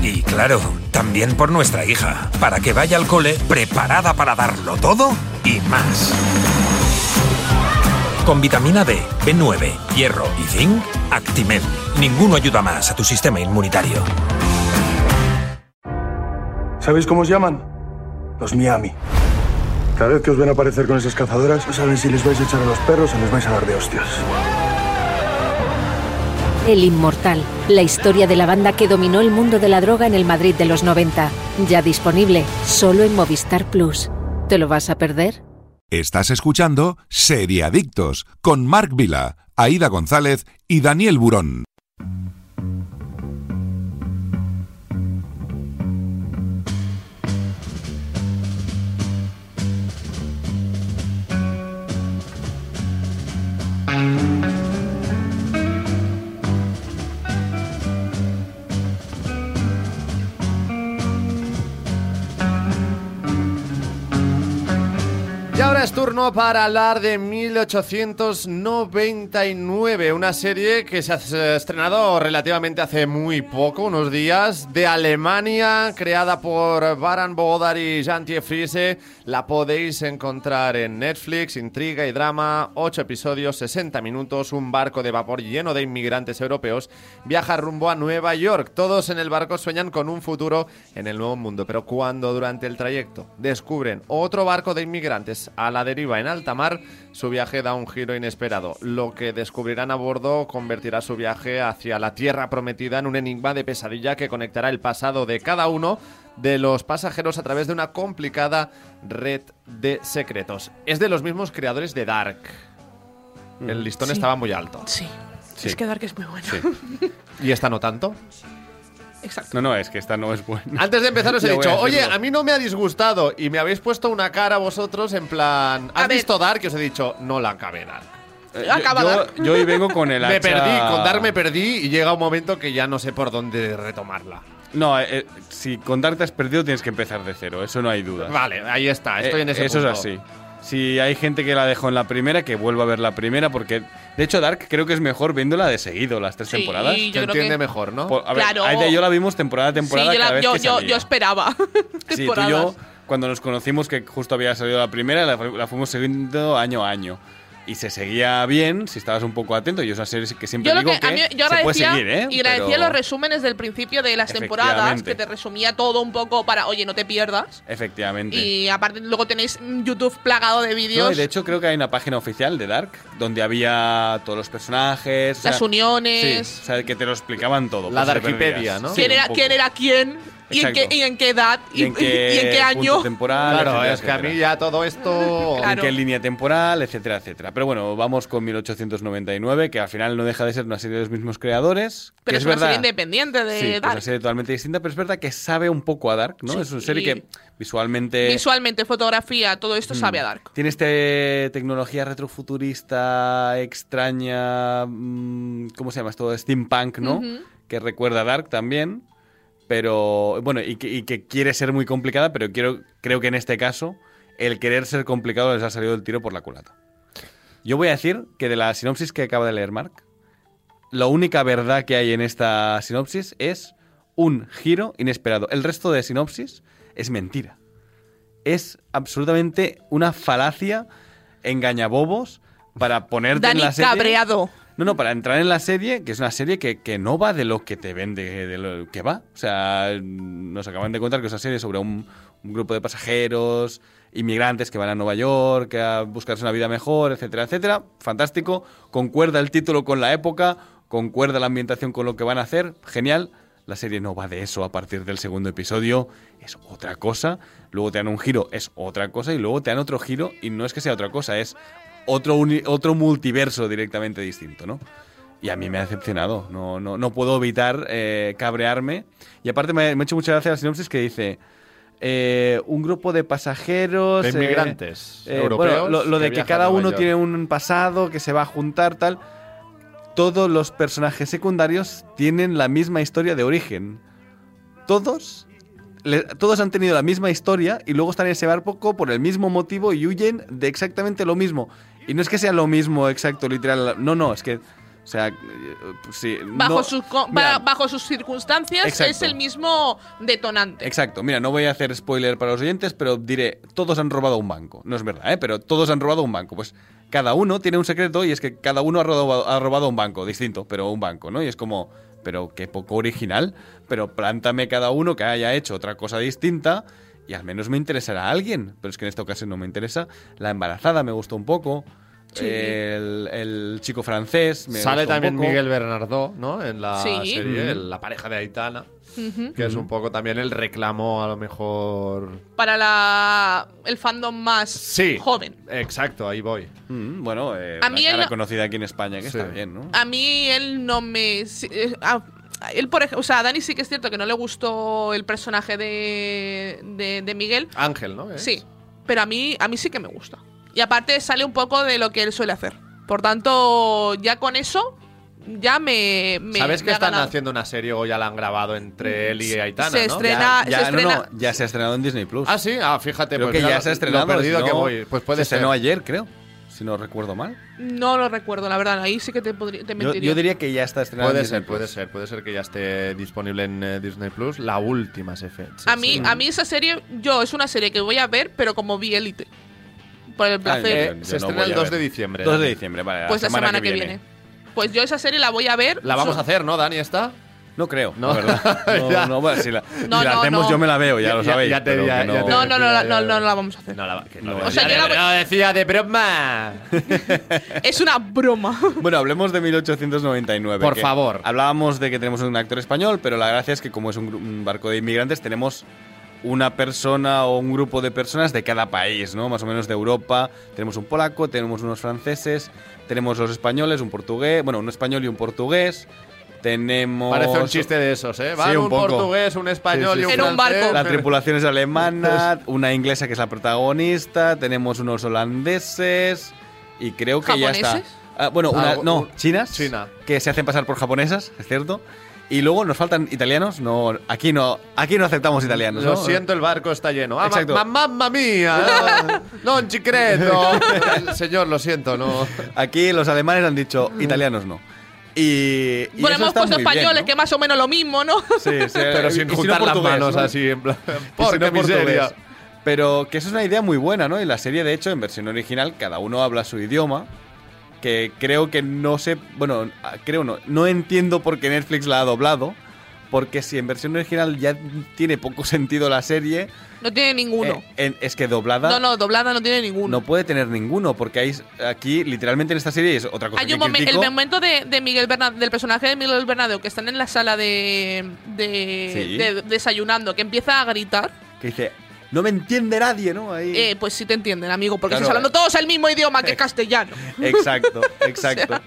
Speaker 11: Y claro, también por nuestra hija, para que vaya al cole preparada para darlo todo y más. Con vitamina D, B9, hierro y zinc, Actimel. Ninguno ayuda más a tu sistema inmunitario.
Speaker 5: ¿Sabéis cómo os llaman? Los Miami. Cada vez que os ven aparecer con esas cazadoras, no saben si les vais a echar a los perros o les vais a dar de hostias.
Speaker 6: El Inmortal, la historia de la banda que dominó el mundo de la droga en el Madrid de los 90, ya disponible solo en Movistar Plus. ¿Te lo vas a perder?
Speaker 1: Estás escuchando Seriadictos con Marc Vila, Aida González y Daniel Burón.
Speaker 2: Y ahora es turno para hablar de 1899, una serie que se ha eh, estrenado relativamente hace muy poco, unos días, de Alemania, creada por Baran Bodar y Jean-Thierry Friese. La podéis encontrar en Netflix, intriga y drama, 8 episodios, 60 minutos, un barco de vapor lleno de inmigrantes europeos viaja rumbo a Nueva York. Todos en el barco sueñan con un futuro en el nuevo mundo, pero cuando durante el trayecto descubren otro barco de inmigrantes a la deriva en alta mar, su viaje da un giro inesperado. Lo que descubrirán a bordo convertirá su viaje hacia la tierra prometida en un enigma de pesadilla que conectará el pasado de cada uno de los pasajeros a través de una complicada red de secretos. Es de los mismos creadores de Dark. El listón
Speaker 3: Sí.
Speaker 2: estaba muy alto.
Speaker 3: Sí.
Speaker 2: Sí.
Speaker 3: Es que Dark es muy bueno.
Speaker 2: Sí. ¿Y esta no tanto?
Speaker 3: Exacto.
Speaker 4: No, no, es que esta no es buena.
Speaker 2: Antes de empezar os he
Speaker 4: Ya voy a
Speaker 2: dicho, oye,
Speaker 4: decirlo.
Speaker 2: a mí no me ha disgustado y me habéis puesto una cara vosotros en plan, ¿has visto Dark? Y os he dicho, no la acabé Dark.
Speaker 4: Eh, yo- Acaba yo- Dark. yo hoy vengo con el
Speaker 2: Me
Speaker 4: hacha-
Speaker 2: perdí, con Dark me perdí y llega un momento que ya no sé por dónde retomarla.
Speaker 4: No, eh, eh, si con Dark te has perdido, tienes que empezar de cero, eso no hay duda.
Speaker 2: Vale, ahí está, estoy
Speaker 4: Eh,
Speaker 2: en ese
Speaker 4: Eso
Speaker 2: punto.
Speaker 4: es así. Si hay gente que la dejó en la primera, que vuelva a ver la primera, porque de hecho Dark creo que es mejor viéndola de seguido, las tres
Speaker 3: Sí,
Speaker 4: temporadas.
Speaker 3: yo Te creo entiende que-
Speaker 2: mejor, ¿no?
Speaker 4: a ver,
Speaker 3: Claro.
Speaker 4: Aida y yo la vimos temporada a temporada
Speaker 3: sí, yo,
Speaker 4: cada
Speaker 3: la-
Speaker 4: vez
Speaker 3: yo,
Speaker 4: que
Speaker 3: yo,
Speaker 4: salía.
Speaker 3: yo esperaba.
Speaker 4: Sí, tú y
Speaker 3: temporadas.
Speaker 4: yo, cuando nos conocimos, que justo había salido la primera, la, fu- la fuimos siguiendo año a año. Y se seguía bien si estabas un poco atento. Y es una serie que siempre
Speaker 3: Yo lo
Speaker 4: digo
Speaker 3: que,
Speaker 4: que,
Speaker 3: a mí, yo
Speaker 4: se puede
Speaker 3: agradecía,
Speaker 4: seguir, ¿eh?
Speaker 3: y agradecía
Speaker 4: Pero-
Speaker 3: los resúmenes del principio de las temporadas,
Speaker 4: Efectivamente.
Speaker 3: que te resumía todo un poco para, oye, no te pierdas.
Speaker 4: Efectivamente.
Speaker 3: Y aparte luego tenéis mm, YouTube plagado de vídeos,
Speaker 4: No, y de hecho creo que hay una página oficial de Dark donde había todos los personajes. o
Speaker 3: las
Speaker 4: sea,
Speaker 3: uniones,
Speaker 4: Sí, o sea, que te lo explicaban todo.
Speaker 2: La
Speaker 4: por si te
Speaker 2: Darkipedia,
Speaker 4: perdías.
Speaker 2: ¿no?
Speaker 4: Sí,
Speaker 3: quién,
Speaker 4: un
Speaker 3: era,
Speaker 4: poco.
Speaker 3: quién era quién, y en, qué,
Speaker 4: Exacto.
Speaker 3: y en qué edad, y,
Speaker 4: Y en qué,
Speaker 3: y en qué
Speaker 4: punto
Speaker 3: año.
Speaker 4: temporal,
Speaker 2: Claro,
Speaker 4: etcétera,
Speaker 2: es que a mí
Speaker 4: etcétera.
Speaker 2: ya todo esto...
Speaker 4: en qué línea temporal, etcétera, etcétera. Pero bueno, vamos con 1899, que al final no deja de ser una serie de los mismos creadores. que
Speaker 3: Pero es,
Speaker 4: es
Speaker 3: una
Speaker 4: verdad.
Speaker 3: serie independiente de
Speaker 4: sí, que es
Speaker 3: Dark.
Speaker 4: una serie totalmente distinta, pero es verdad que sabe un poco a Dark, ¿no?
Speaker 3: Sí,
Speaker 4: es una serie
Speaker 3: y-
Speaker 4: que visualmente
Speaker 3: Visualmente, fotografía, todo
Speaker 4: Mm.
Speaker 3: esto sabe a Dark.
Speaker 4: tiene este tecnología retrofuturista extraña, mm, ¿cómo se llama esto? Steampunk, ¿no?
Speaker 3: Ujú.
Speaker 4: Que recuerda a Dark también, pero bueno, y que, y que quiere ser muy complicada, pero quiero, creo que en este caso el querer ser complicado les ha salido el tiro por la culata. Yo voy a decir que de la sinopsis que acaba de leer Mark, la única verdad que hay en esta sinopsis es un giro inesperado. El resto de sinopsis es mentira. Es absolutamente una falacia, engañabobos, para ponerte
Speaker 3: Dani
Speaker 4: en la serie.
Speaker 3: cabreado.
Speaker 4: No, no, para entrar en la serie, que es una serie que, que no va de lo que te vende, de lo que va. O sea, nos acaban de contar que es una serie sobre un, un grupo de pasajeros, inmigrantes que van a Nueva York a buscarse una vida mejor, etcétera, etcétera. Fantástico. Concuerda el título con la época, concuerda la ambientación con lo que van a hacer. Genial. La serie no va de eso a partir del segundo episodio, es otra cosa. Luego te dan un giro, es otra cosa. Y luego te dan otro giro, y no es que sea otra cosa, es otro, uni- otro multiverso directamente distinto, ¿no? Y a mí me ha decepcionado. No, no, no puedo evitar eh, cabrearme. Y aparte me, me ha hecho mucha gracia la sinopsis que dice. eh, un grupo de pasajeros.
Speaker 2: De
Speaker 4: eh,
Speaker 2: inmigrantes
Speaker 4: bueno,
Speaker 2: europeos
Speaker 4: lo, lo
Speaker 2: que
Speaker 4: de que
Speaker 2: viajan
Speaker 4: cada
Speaker 2: a Nueva
Speaker 4: uno
Speaker 2: York.
Speaker 4: tiene un pasado, que se va a juntar, tal. Todos los personajes secundarios tienen la misma historia de origen. Todos. le- todos han tenido la misma historia y luego están en ese barco por el mismo motivo y huyen de exactamente lo mismo. Y no es que sea lo mismo, exacto, literal. No, no, es que. O sea, eh, pues sí.
Speaker 3: Bajo,
Speaker 4: no-
Speaker 3: sus, co-
Speaker 4: Mira,
Speaker 3: ba- bajo sus circunstancias es
Speaker 4: Exacto.
Speaker 3: el mismo detonante.
Speaker 4: Exacto, mira, no voy a hacer spoiler para los oyentes, pero diré, todos han robado un banco. No es verdad, ¿eh? Pero todos han robado un banco. Pues cada uno tiene un secreto y es que cada uno ha robado, ha robado un banco, distinto, pero un banco, ¿no? Y es como, pero qué poco original, pero plántame cada uno que haya hecho otra cosa distinta y al menos me interesará a alguien. Pero es que en esta ocasión no me interesa. La embarazada me gustó un poco.
Speaker 2: Sí.
Speaker 4: El, el chico francés. Me
Speaker 2: Sale
Speaker 4: gustó un
Speaker 2: también
Speaker 4: poco. Mm.
Speaker 2: Miguel Bernardo, ¿no? En la
Speaker 3: Sí.
Speaker 2: serie,
Speaker 4: Ujú.
Speaker 2: la pareja de Aitana,
Speaker 3: Ujú.
Speaker 2: que es un poco también el reclamo a lo mejor...
Speaker 3: Para la, el fandom más
Speaker 2: Sí.
Speaker 3: joven.
Speaker 2: Exacto, ahí voy.
Speaker 4: bueno, eh,
Speaker 3: A una mí él cara no-
Speaker 4: conocida aquí en España, que está bien, ¿no?
Speaker 3: A mí él no me. sí, eh, a- a Él, por ejemplo, o sea, a Dani sí que es cierto que no le gustó el personaje de, de, de Miguel.
Speaker 2: Ángel, ¿no? es?
Speaker 3: Sí, pero a mí, a mí sí que me gusta. Y aparte sale un poco de lo que él suele hacer. Por tanto, ya con eso, ya me. me
Speaker 2: ¿Sabes
Speaker 3: me
Speaker 2: que
Speaker 3: ha
Speaker 2: están
Speaker 3: ganado.
Speaker 2: haciendo una serie o ya la han grabado entre él y Aitana?
Speaker 3: se
Speaker 2: ¿no?
Speaker 3: estrena-
Speaker 4: Ya,
Speaker 3: se
Speaker 4: no,
Speaker 3: estrena-
Speaker 4: no, ya se ha estrenado en Disney Plus.
Speaker 2: Ah, sí, ah, fíjate,
Speaker 4: creo
Speaker 2: pues
Speaker 4: que
Speaker 2: mira,
Speaker 4: ya se ha
Speaker 2: lo
Speaker 4: estrenado.
Speaker 2: perdido
Speaker 4: si no-
Speaker 2: que voy. Pues puede
Speaker 4: se
Speaker 2: ser.
Speaker 4: estrenó ayer, creo, si no recuerdo mal.
Speaker 3: No lo recuerdo, la verdad. Ahí sí que te, podría- te
Speaker 4: Yo,
Speaker 3: mentiría.
Speaker 4: yo diría que ya está estrenado
Speaker 2: Puede
Speaker 4: en Disney
Speaker 2: ser, puede
Speaker 4: Plus.
Speaker 2: ser, puede ser que ya esté disponible en eh, Disney Plus la última se fe- se
Speaker 3: a, mí, a mí esa serie, yo, es una serie que voy a ver, pero como vi Elite. Por el
Speaker 4: Ah,
Speaker 2: Eh,
Speaker 3: placer.
Speaker 2: se estrena el 2 de diciembre.
Speaker 4: 2 de
Speaker 2: Dani.
Speaker 4: diciembre, vale.
Speaker 3: Pues la semana, que, viene. Pues yo esa serie la voy a ver.
Speaker 2: La vamos
Speaker 3: So-
Speaker 2: a hacer, ¿no, Dani? ¿Está?
Speaker 4: No creo, no. la verdad.
Speaker 2: Ya.
Speaker 4: No, no, bueno, si la,
Speaker 3: No,
Speaker 4: si la
Speaker 3: no,
Speaker 4: hacemos
Speaker 3: no.
Speaker 4: yo me la veo, ya,
Speaker 2: Ya-
Speaker 4: lo
Speaker 2: ya-
Speaker 4: sabéis.
Speaker 2: ya te-
Speaker 4: pero
Speaker 2: ya-
Speaker 4: que no-
Speaker 2: ya te-
Speaker 3: No, no, no, no,
Speaker 2: Ya, ya,
Speaker 3: no, no la vamos a hacer.
Speaker 2: No, la, que no,
Speaker 4: No,
Speaker 2: la-
Speaker 4: o sea,
Speaker 2: ya-
Speaker 3: yo la voy-
Speaker 2: no, decía de broma.
Speaker 3: Es una broma.
Speaker 4: Bueno, hablemos de 1899.
Speaker 2: Por
Speaker 4: que
Speaker 2: favor.
Speaker 4: Hablábamos de que tenemos un actor español, pero la gracia es que como es un, gru- un barco de inmigrantes, tenemos una persona o un grupo de personas de cada país, ¿no? Más o menos de Europa. Tenemos un polaco, tenemos unos franceses, tenemos los españoles, un portugués, bueno, un español y un portugués. Tenemos...
Speaker 2: Parece un chiste de esos, ¿eh? Van
Speaker 4: Sí, un
Speaker 2: un
Speaker 4: poco.
Speaker 2: portugués, un español
Speaker 4: Sí, sí,
Speaker 2: y un
Speaker 4: sí.
Speaker 3: En un
Speaker 2: francés.
Speaker 4: La tripulación es alemana, una inglesa que es la protagonista, tenemos unos holandeses y creo que ya está.
Speaker 3: ¿Japoneses?
Speaker 4: Ah, bueno, una-
Speaker 2: Algo-
Speaker 4: no,
Speaker 2: un-
Speaker 4: chinas,
Speaker 2: China.
Speaker 4: que se hacen pasar por japonesas, es cierto. Y luego nos faltan italianos, no, aquí no, aquí no aceptamos italianos.
Speaker 2: Lo
Speaker 4: ¿no?
Speaker 2: siento, el barco está lleno. Ah,
Speaker 4: Exacto.
Speaker 2: ma- ma- mamma mía. No, ci credo. Señor, lo siento, no.
Speaker 4: Aquí los alemanes han dicho italianos no. Y, y
Speaker 3: Bueno,
Speaker 4: eso
Speaker 3: hemos
Speaker 4: está
Speaker 3: puesto
Speaker 4: muy bien,
Speaker 3: españoles,
Speaker 4: ¿no?
Speaker 3: que más o menos lo mismo, ¿no?
Speaker 4: Sí, sí,
Speaker 2: Pero
Speaker 4: y- y
Speaker 2: sin
Speaker 4: si no
Speaker 2: juntar las
Speaker 4: portugués,
Speaker 2: manos
Speaker 4: ¿no?
Speaker 2: así, en plan.
Speaker 4: Y si no,
Speaker 2: Porque
Speaker 4: portugués.
Speaker 2: miseria.
Speaker 4: Pero que eso es una idea muy buena, ¿no? Y la serie, de hecho, en versión original, cada uno habla su idioma. Que creo que no sé. Bueno, ah, creo no. No entiendo por qué Netflix la ha doblado. Porque si en versión original ya tiene poco sentido la serie.
Speaker 3: No tiene ninguno.
Speaker 4: eh, en- es que doblada.
Speaker 3: No, no, doblada no tiene ninguno.
Speaker 4: no puede tener ninguno, porque hay aquí, literalmente en esta serie, y es otra cosa.
Speaker 3: Hay
Speaker 4: que
Speaker 3: un momen- el
Speaker 4: critico.
Speaker 3: momento de, de Miguel Bernad- del personaje de Miguel Bernardo que están en la sala de, de,
Speaker 4: Sí.
Speaker 3: de- desayunando, que empieza a gritar.
Speaker 4: Que dice, no me entiende nadie, ¿no? Ahí.
Speaker 3: eh, pues sí te entienden, amigo, porque
Speaker 4: Claro.
Speaker 3: estás hablando todos el mismo idioma que es castellano.
Speaker 4: Exacto, exacto.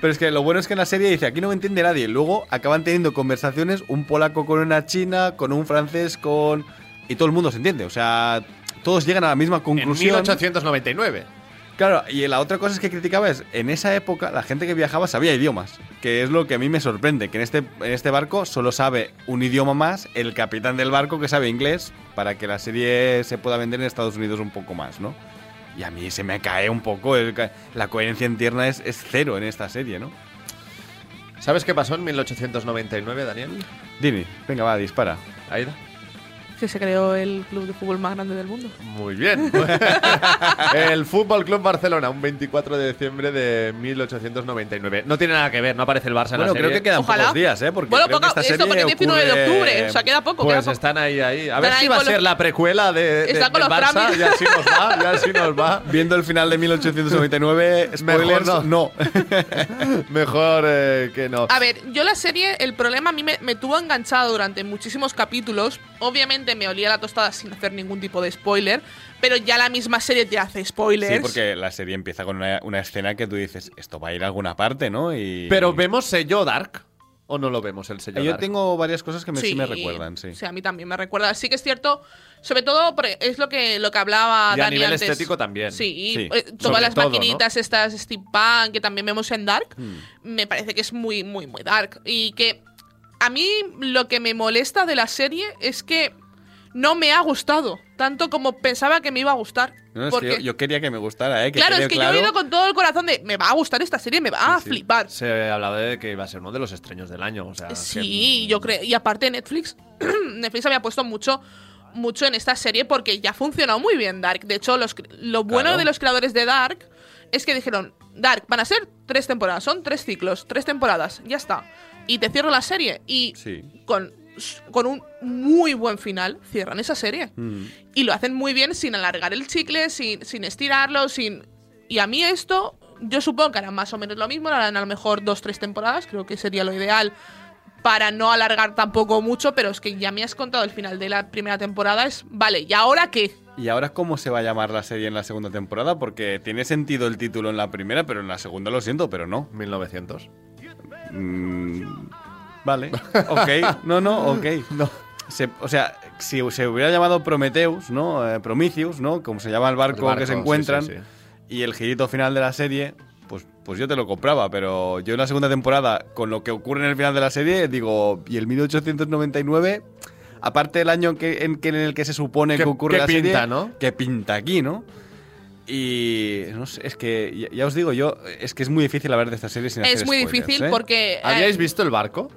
Speaker 4: Pero es que lo bueno es que en la serie dice, aquí no me entiende nadie. Luego acaban teniendo conversaciones un polaco con una china, con un francés, con... Y todo el mundo se entiende. O sea, todos llegan a la misma
Speaker 2: En
Speaker 4: conclusión.
Speaker 2: 1899.
Speaker 4: Claro, y la otra cosa es que criticaba es, en esa época la gente que viajaba sabía idiomas, que es lo que a mí me sorprende, que en este, en este barco solo sabe un idioma más el capitán del barco que sabe inglés, para que la serie se pueda vender en Estados Unidos un poco más, ¿no? Y a mí se me cae un poco, el ca- la coherencia interna es, es cero en esta serie, ¿no?
Speaker 2: ¿Sabes qué pasó en 1899, Daniel?
Speaker 4: Dini, venga, va, dispara.
Speaker 2: Aida.
Speaker 3: Que se creó el club de fútbol más grande del mundo.
Speaker 2: Muy bien. el Fútbol Club Barcelona, un 24 de diciembre de 1899. No tiene nada que ver, no aparece el Barça en la
Speaker 4: Bueno, creo
Speaker 2: serie.
Speaker 4: que quedan
Speaker 3: Ojalá.
Speaker 4: pocos días, ¿eh? Porque
Speaker 3: bueno,
Speaker 4: creo
Speaker 3: poca-
Speaker 4: que esta
Speaker 3: esto porque es
Speaker 4: serie
Speaker 3: 19 de
Speaker 4: ocurre-
Speaker 3: octubre, o sea, queda poco.
Speaker 2: Pues
Speaker 3: queda poco.
Speaker 2: están ahí, ahí. A
Speaker 3: Están
Speaker 2: ver
Speaker 3: ahí
Speaker 2: si va a
Speaker 3: con los-
Speaker 2: ser la precuela de, de-
Speaker 3: Están con
Speaker 2: del
Speaker 3: los
Speaker 2: Barça.
Speaker 3: trámites.
Speaker 2: Y así nos va, y así nos va.
Speaker 4: Viendo el final de 1899, spoilers,
Speaker 2: Mejor
Speaker 4: no.
Speaker 2: Mejor eh, que no.
Speaker 3: A ver, yo la serie, el problema a mí me, me tuvo enganchado durante muchísimos capítulos. Obviamente me olía la tostada sin hacer ningún tipo de spoiler, pero ya la misma serie te hace spoilers.
Speaker 4: Sí, porque la serie empieza con una, una escena que tú dices, esto va a ir a alguna parte, ¿no? Y
Speaker 2: Pero vemos sello Dark o no lo vemos el sello
Speaker 4: Yo
Speaker 2: Dark.
Speaker 4: tengo varias cosas que me, sí me recuerdan, sí.
Speaker 3: a mí también me recuerda. Sí que es cierto, sobre todo porque es lo que, lo que hablaba
Speaker 2: Y a
Speaker 3: Dani
Speaker 2: nivel
Speaker 3: antes.
Speaker 2: estético también.
Speaker 3: Sí, y,
Speaker 4: Sí,
Speaker 3: eh,
Speaker 2: sobre
Speaker 3: todas las
Speaker 2: todo, ¿no?
Speaker 3: maquinitas estas steampunk que también vemos en Dark,
Speaker 4: Hmm.
Speaker 3: me parece que es muy, muy, muy dark. Y que a mí lo que me molesta de la serie es que no me ha gustado tanto como pensaba que me iba a gustar.
Speaker 4: No, es que
Speaker 3: porque,
Speaker 4: yo, yo quería que me gustara, ¿eh? Que
Speaker 3: claro,
Speaker 4: quede
Speaker 3: es que yo he ido con todo el corazón de me va a gustar esta serie, me va a flipar.
Speaker 2: Se hablaba de que iba a ser uno de los estreños del año. O sea,
Speaker 3: Eh, Sí,
Speaker 2: que-
Speaker 3: yo creo. Y aparte Netflix, Netflix había puesto mucho, mucho en esta serie porque ya funcionó muy bien Dark. De hecho, los, cre- lo bueno
Speaker 4: Claro.
Speaker 3: de los creadores de Dark es que dijeron, Dark, van a ser tres temporadas, son tres ciclos, tres temporadas, ya está. Y te cierro la serie. Y
Speaker 4: Sí.
Speaker 3: con con un muy buen final, cierran esa serie.
Speaker 2: Mm.
Speaker 3: Y lo hacen muy bien sin alargar el chicle, sin, sin estirarlo, sin... Y a mí esto, yo supongo que harán más o menos lo mismo, lo harán a lo mejor dos, tres temporadas, creo que sería lo ideal para no alargar tampoco mucho, pero es que ya me has contado el final de la primera temporada, es, vale, ¿y ahora qué?
Speaker 4: ¿Y ahora cómo se va a llamar la serie en la segunda temporada? Porque tiene sentido el título en la primera, pero en la segunda lo siento, pero no.
Speaker 2: 1900.
Speaker 4: vale, ok. No, no, ok. No. Se- o sea, si se hubiera llamado Prometheus, ¿no? Eh, Prometheus, ¿no? Como se llama el barco,
Speaker 2: El barco,
Speaker 4: que se
Speaker 2: sí,
Speaker 4: encuentran.
Speaker 2: sí, sí.
Speaker 3: Eh,
Speaker 4: Y el girito final de la serie, pues, pues yo te lo compraba, pero yo en la segunda temporada, con lo que ocurre en el final de la serie, digo, ¿y el 1899? Aparte del año en que- en, que- en el que se supone que
Speaker 2: ¿Qué-
Speaker 4: ocurre
Speaker 2: qué
Speaker 4: la serie.
Speaker 2: pinta, no?
Speaker 4: Que pinta aquí, ¿no? Y no sé, es que ya, ya os digo yo, es que es muy difícil hablar de esta serie sin
Speaker 3: Es
Speaker 4: hacer
Speaker 3: muy
Speaker 4: spoilers,
Speaker 3: difícil
Speaker 4: ¿eh?
Speaker 3: porque... eh,
Speaker 2: ¿Habíais visto El Barco?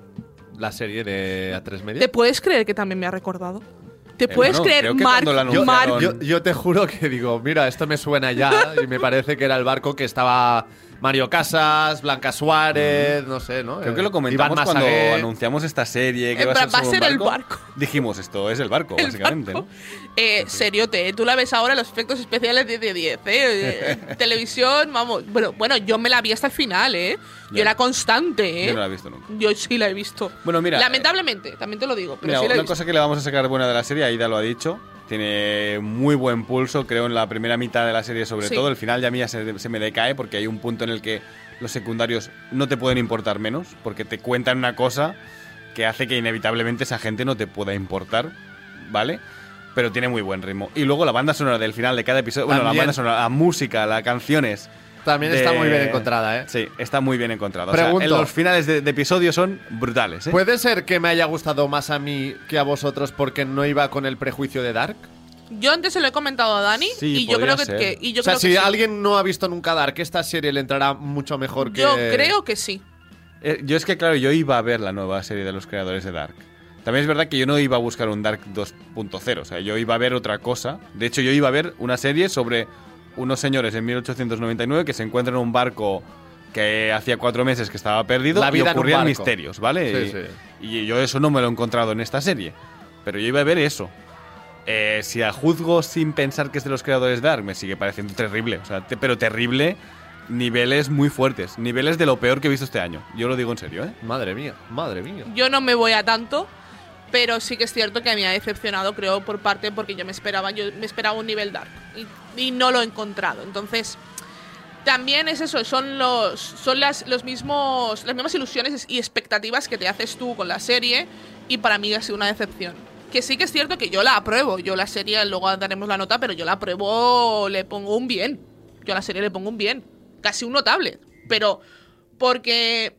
Speaker 2: La serie de A3 Media.
Speaker 3: ¿Te puedes creer que también me ha recordado? ¿Te
Speaker 2: Eh,
Speaker 3: puedes
Speaker 2: bueno,
Speaker 3: creer,
Speaker 2: creo que
Speaker 3: Mark?
Speaker 2: cuando la
Speaker 3: Mark-
Speaker 2: anunciaron- Yo, yo te juro que digo, mira, esto me suena ya y me parece que era el barco que estaba Mario Casas, Blanca Suárez, no sé, ¿no?
Speaker 4: Creo
Speaker 2: Eh,
Speaker 4: que lo comentamos
Speaker 2: Iván
Speaker 4: cuando
Speaker 2: Massagué.
Speaker 4: anunciamos esta serie. Que
Speaker 3: Eh,
Speaker 4: va a ser,
Speaker 3: va a
Speaker 4: sobre
Speaker 3: ser
Speaker 4: un
Speaker 3: el
Speaker 4: barco. Dijimos, esto es el barco,
Speaker 3: El
Speaker 4: básicamente.
Speaker 3: barco. Eh, seriote, ¿eh? tú la ves ahora los efectos especiales 10 de 10, ¿eh? Eh, Televisión, vamos. Bueno, bueno, yo me la vi hasta el final, ¿eh? Yo
Speaker 4: Ya.
Speaker 3: era constante,
Speaker 4: ¿no?
Speaker 3: ¿eh?
Speaker 4: Yo no la he visto nunca.
Speaker 3: Yo sí la he visto.
Speaker 4: Bueno, mira, eh,
Speaker 3: Lamentablemente, también te lo digo, pero
Speaker 4: Mira,
Speaker 3: sí la he
Speaker 4: una
Speaker 3: visto.
Speaker 4: cosa que le vamos a sacar buena de la serie, Aida lo ha dicho. Tiene muy buen pulso, creo, en la primera mitad de la serie, sobre
Speaker 3: Sí.
Speaker 4: todo. El final ya a mí ya se, se me decae porque hay un punto en el que los secundarios no te pueden importar menos, porque te cuentan una cosa que hace que inevitablemente esa gente no te pueda importar, ¿vale? Pero tiene muy buen ritmo. Y luego la banda sonora del final de cada episodio, bueno, la
Speaker 2: También-
Speaker 4: banda sonora, la música, las canciones.
Speaker 2: También
Speaker 4: de-
Speaker 2: está muy bien encontrada, ¿eh?
Speaker 4: Sí, está muy bien encontrada. O sea,
Speaker 2: Pregunto.
Speaker 4: en los finales de, de episodios son brutales, ¿eh?
Speaker 2: ¿Puede ser que me haya gustado más a mí que a vosotros porque no iba con el prejuicio de Dark?
Speaker 3: Yo antes se lo he comentado a Dani
Speaker 2: Sí,
Speaker 3: y yo creo
Speaker 2: podría
Speaker 3: que,
Speaker 2: ser.
Speaker 3: que- y yo
Speaker 2: o sea,
Speaker 3: creo
Speaker 2: si
Speaker 3: que sí.
Speaker 2: alguien no ha visto nunca Dark, esta serie le entrará mucho mejor que.
Speaker 3: Yo creo que sí.
Speaker 4: Eh, Yo es que, claro, yo iba a ver la nueva serie de los creadores de Dark. También es verdad que yo no iba a buscar un Dark 2.0, o sea, yo iba a ver otra cosa. De hecho, yo iba a ver una serie sobre unos señores en 1899 que se encuentran en un barco que hacía cuatro meses que estaba perdido
Speaker 2: La vida en
Speaker 4: y
Speaker 2: un
Speaker 4: ocurrían
Speaker 2: barco.
Speaker 4: misterios, ¿vale?
Speaker 2: Sí,
Speaker 4: Y- y yo eso no me lo he encontrado en esta serie. Pero yo iba a ver eso. Eh, si a juzgo sin pensar que es de los creadores de Dark, me sigue pareciendo terrible. O sea, te- pero terrible, niveles muy fuertes. Niveles de lo peor que he visto este año. Yo lo digo en serio, ¿eh?
Speaker 2: Madre mía, madre mía.
Speaker 3: Yo no me voy a tanto, pero sí que es cierto que me ha decepcionado, creo, por parte porque yo me esperaba, yo me esperaba un nivel dark y, y no lo he encontrado. Entonces, también es eso, son los son las los mismos las mismas ilusiones y expectativas que te haces tú con la serie y para mí ha sido una decepción. Que sí que es cierto que yo la apruebo, yo la serie luego daremos la nota, pero yo la apruebo, le pongo un bien. Yo a la serie le pongo un bien, casi un notable, pero porque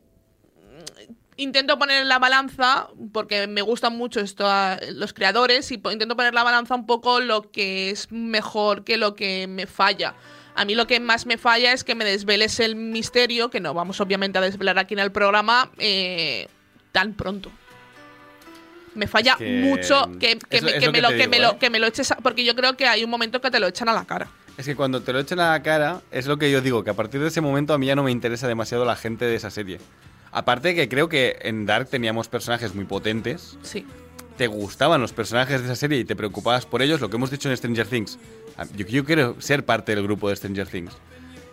Speaker 3: intento poner en la balanza, porque me gustan mucho esto a- los creadores, y po- intento poner en la balanza un poco lo que es mejor que lo que me falla. A mí lo que más me falla es que me desveles el misterio, que no vamos obviamente a desvelar aquí en el programa, eh, tan pronto. Me falla
Speaker 4: que-
Speaker 3: mucho que, que
Speaker 4: es lo-
Speaker 3: me-
Speaker 4: es
Speaker 3: que
Speaker 4: lo
Speaker 3: me
Speaker 4: que
Speaker 3: lo-
Speaker 4: te
Speaker 3: que me
Speaker 4: digo,
Speaker 3: lo-
Speaker 4: ¿eh?
Speaker 3: que me lo eches, a- porque yo creo que hay un momento que te lo echan a la cara.
Speaker 4: Es que cuando te lo echan a la cara, es lo que yo digo, que a partir de ese momento a mí ya no me interesa demasiado la gente de esa serie. Aparte que creo que en Dark teníamos personajes muy potentes.
Speaker 3: Sí.
Speaker 4: Te gustaban los personajes de esa serie y te preocupabas por ellos, lo que hemos dicho en Stranger Things. A- Yo, yo quiero ser parte del grupo de Stranger Things.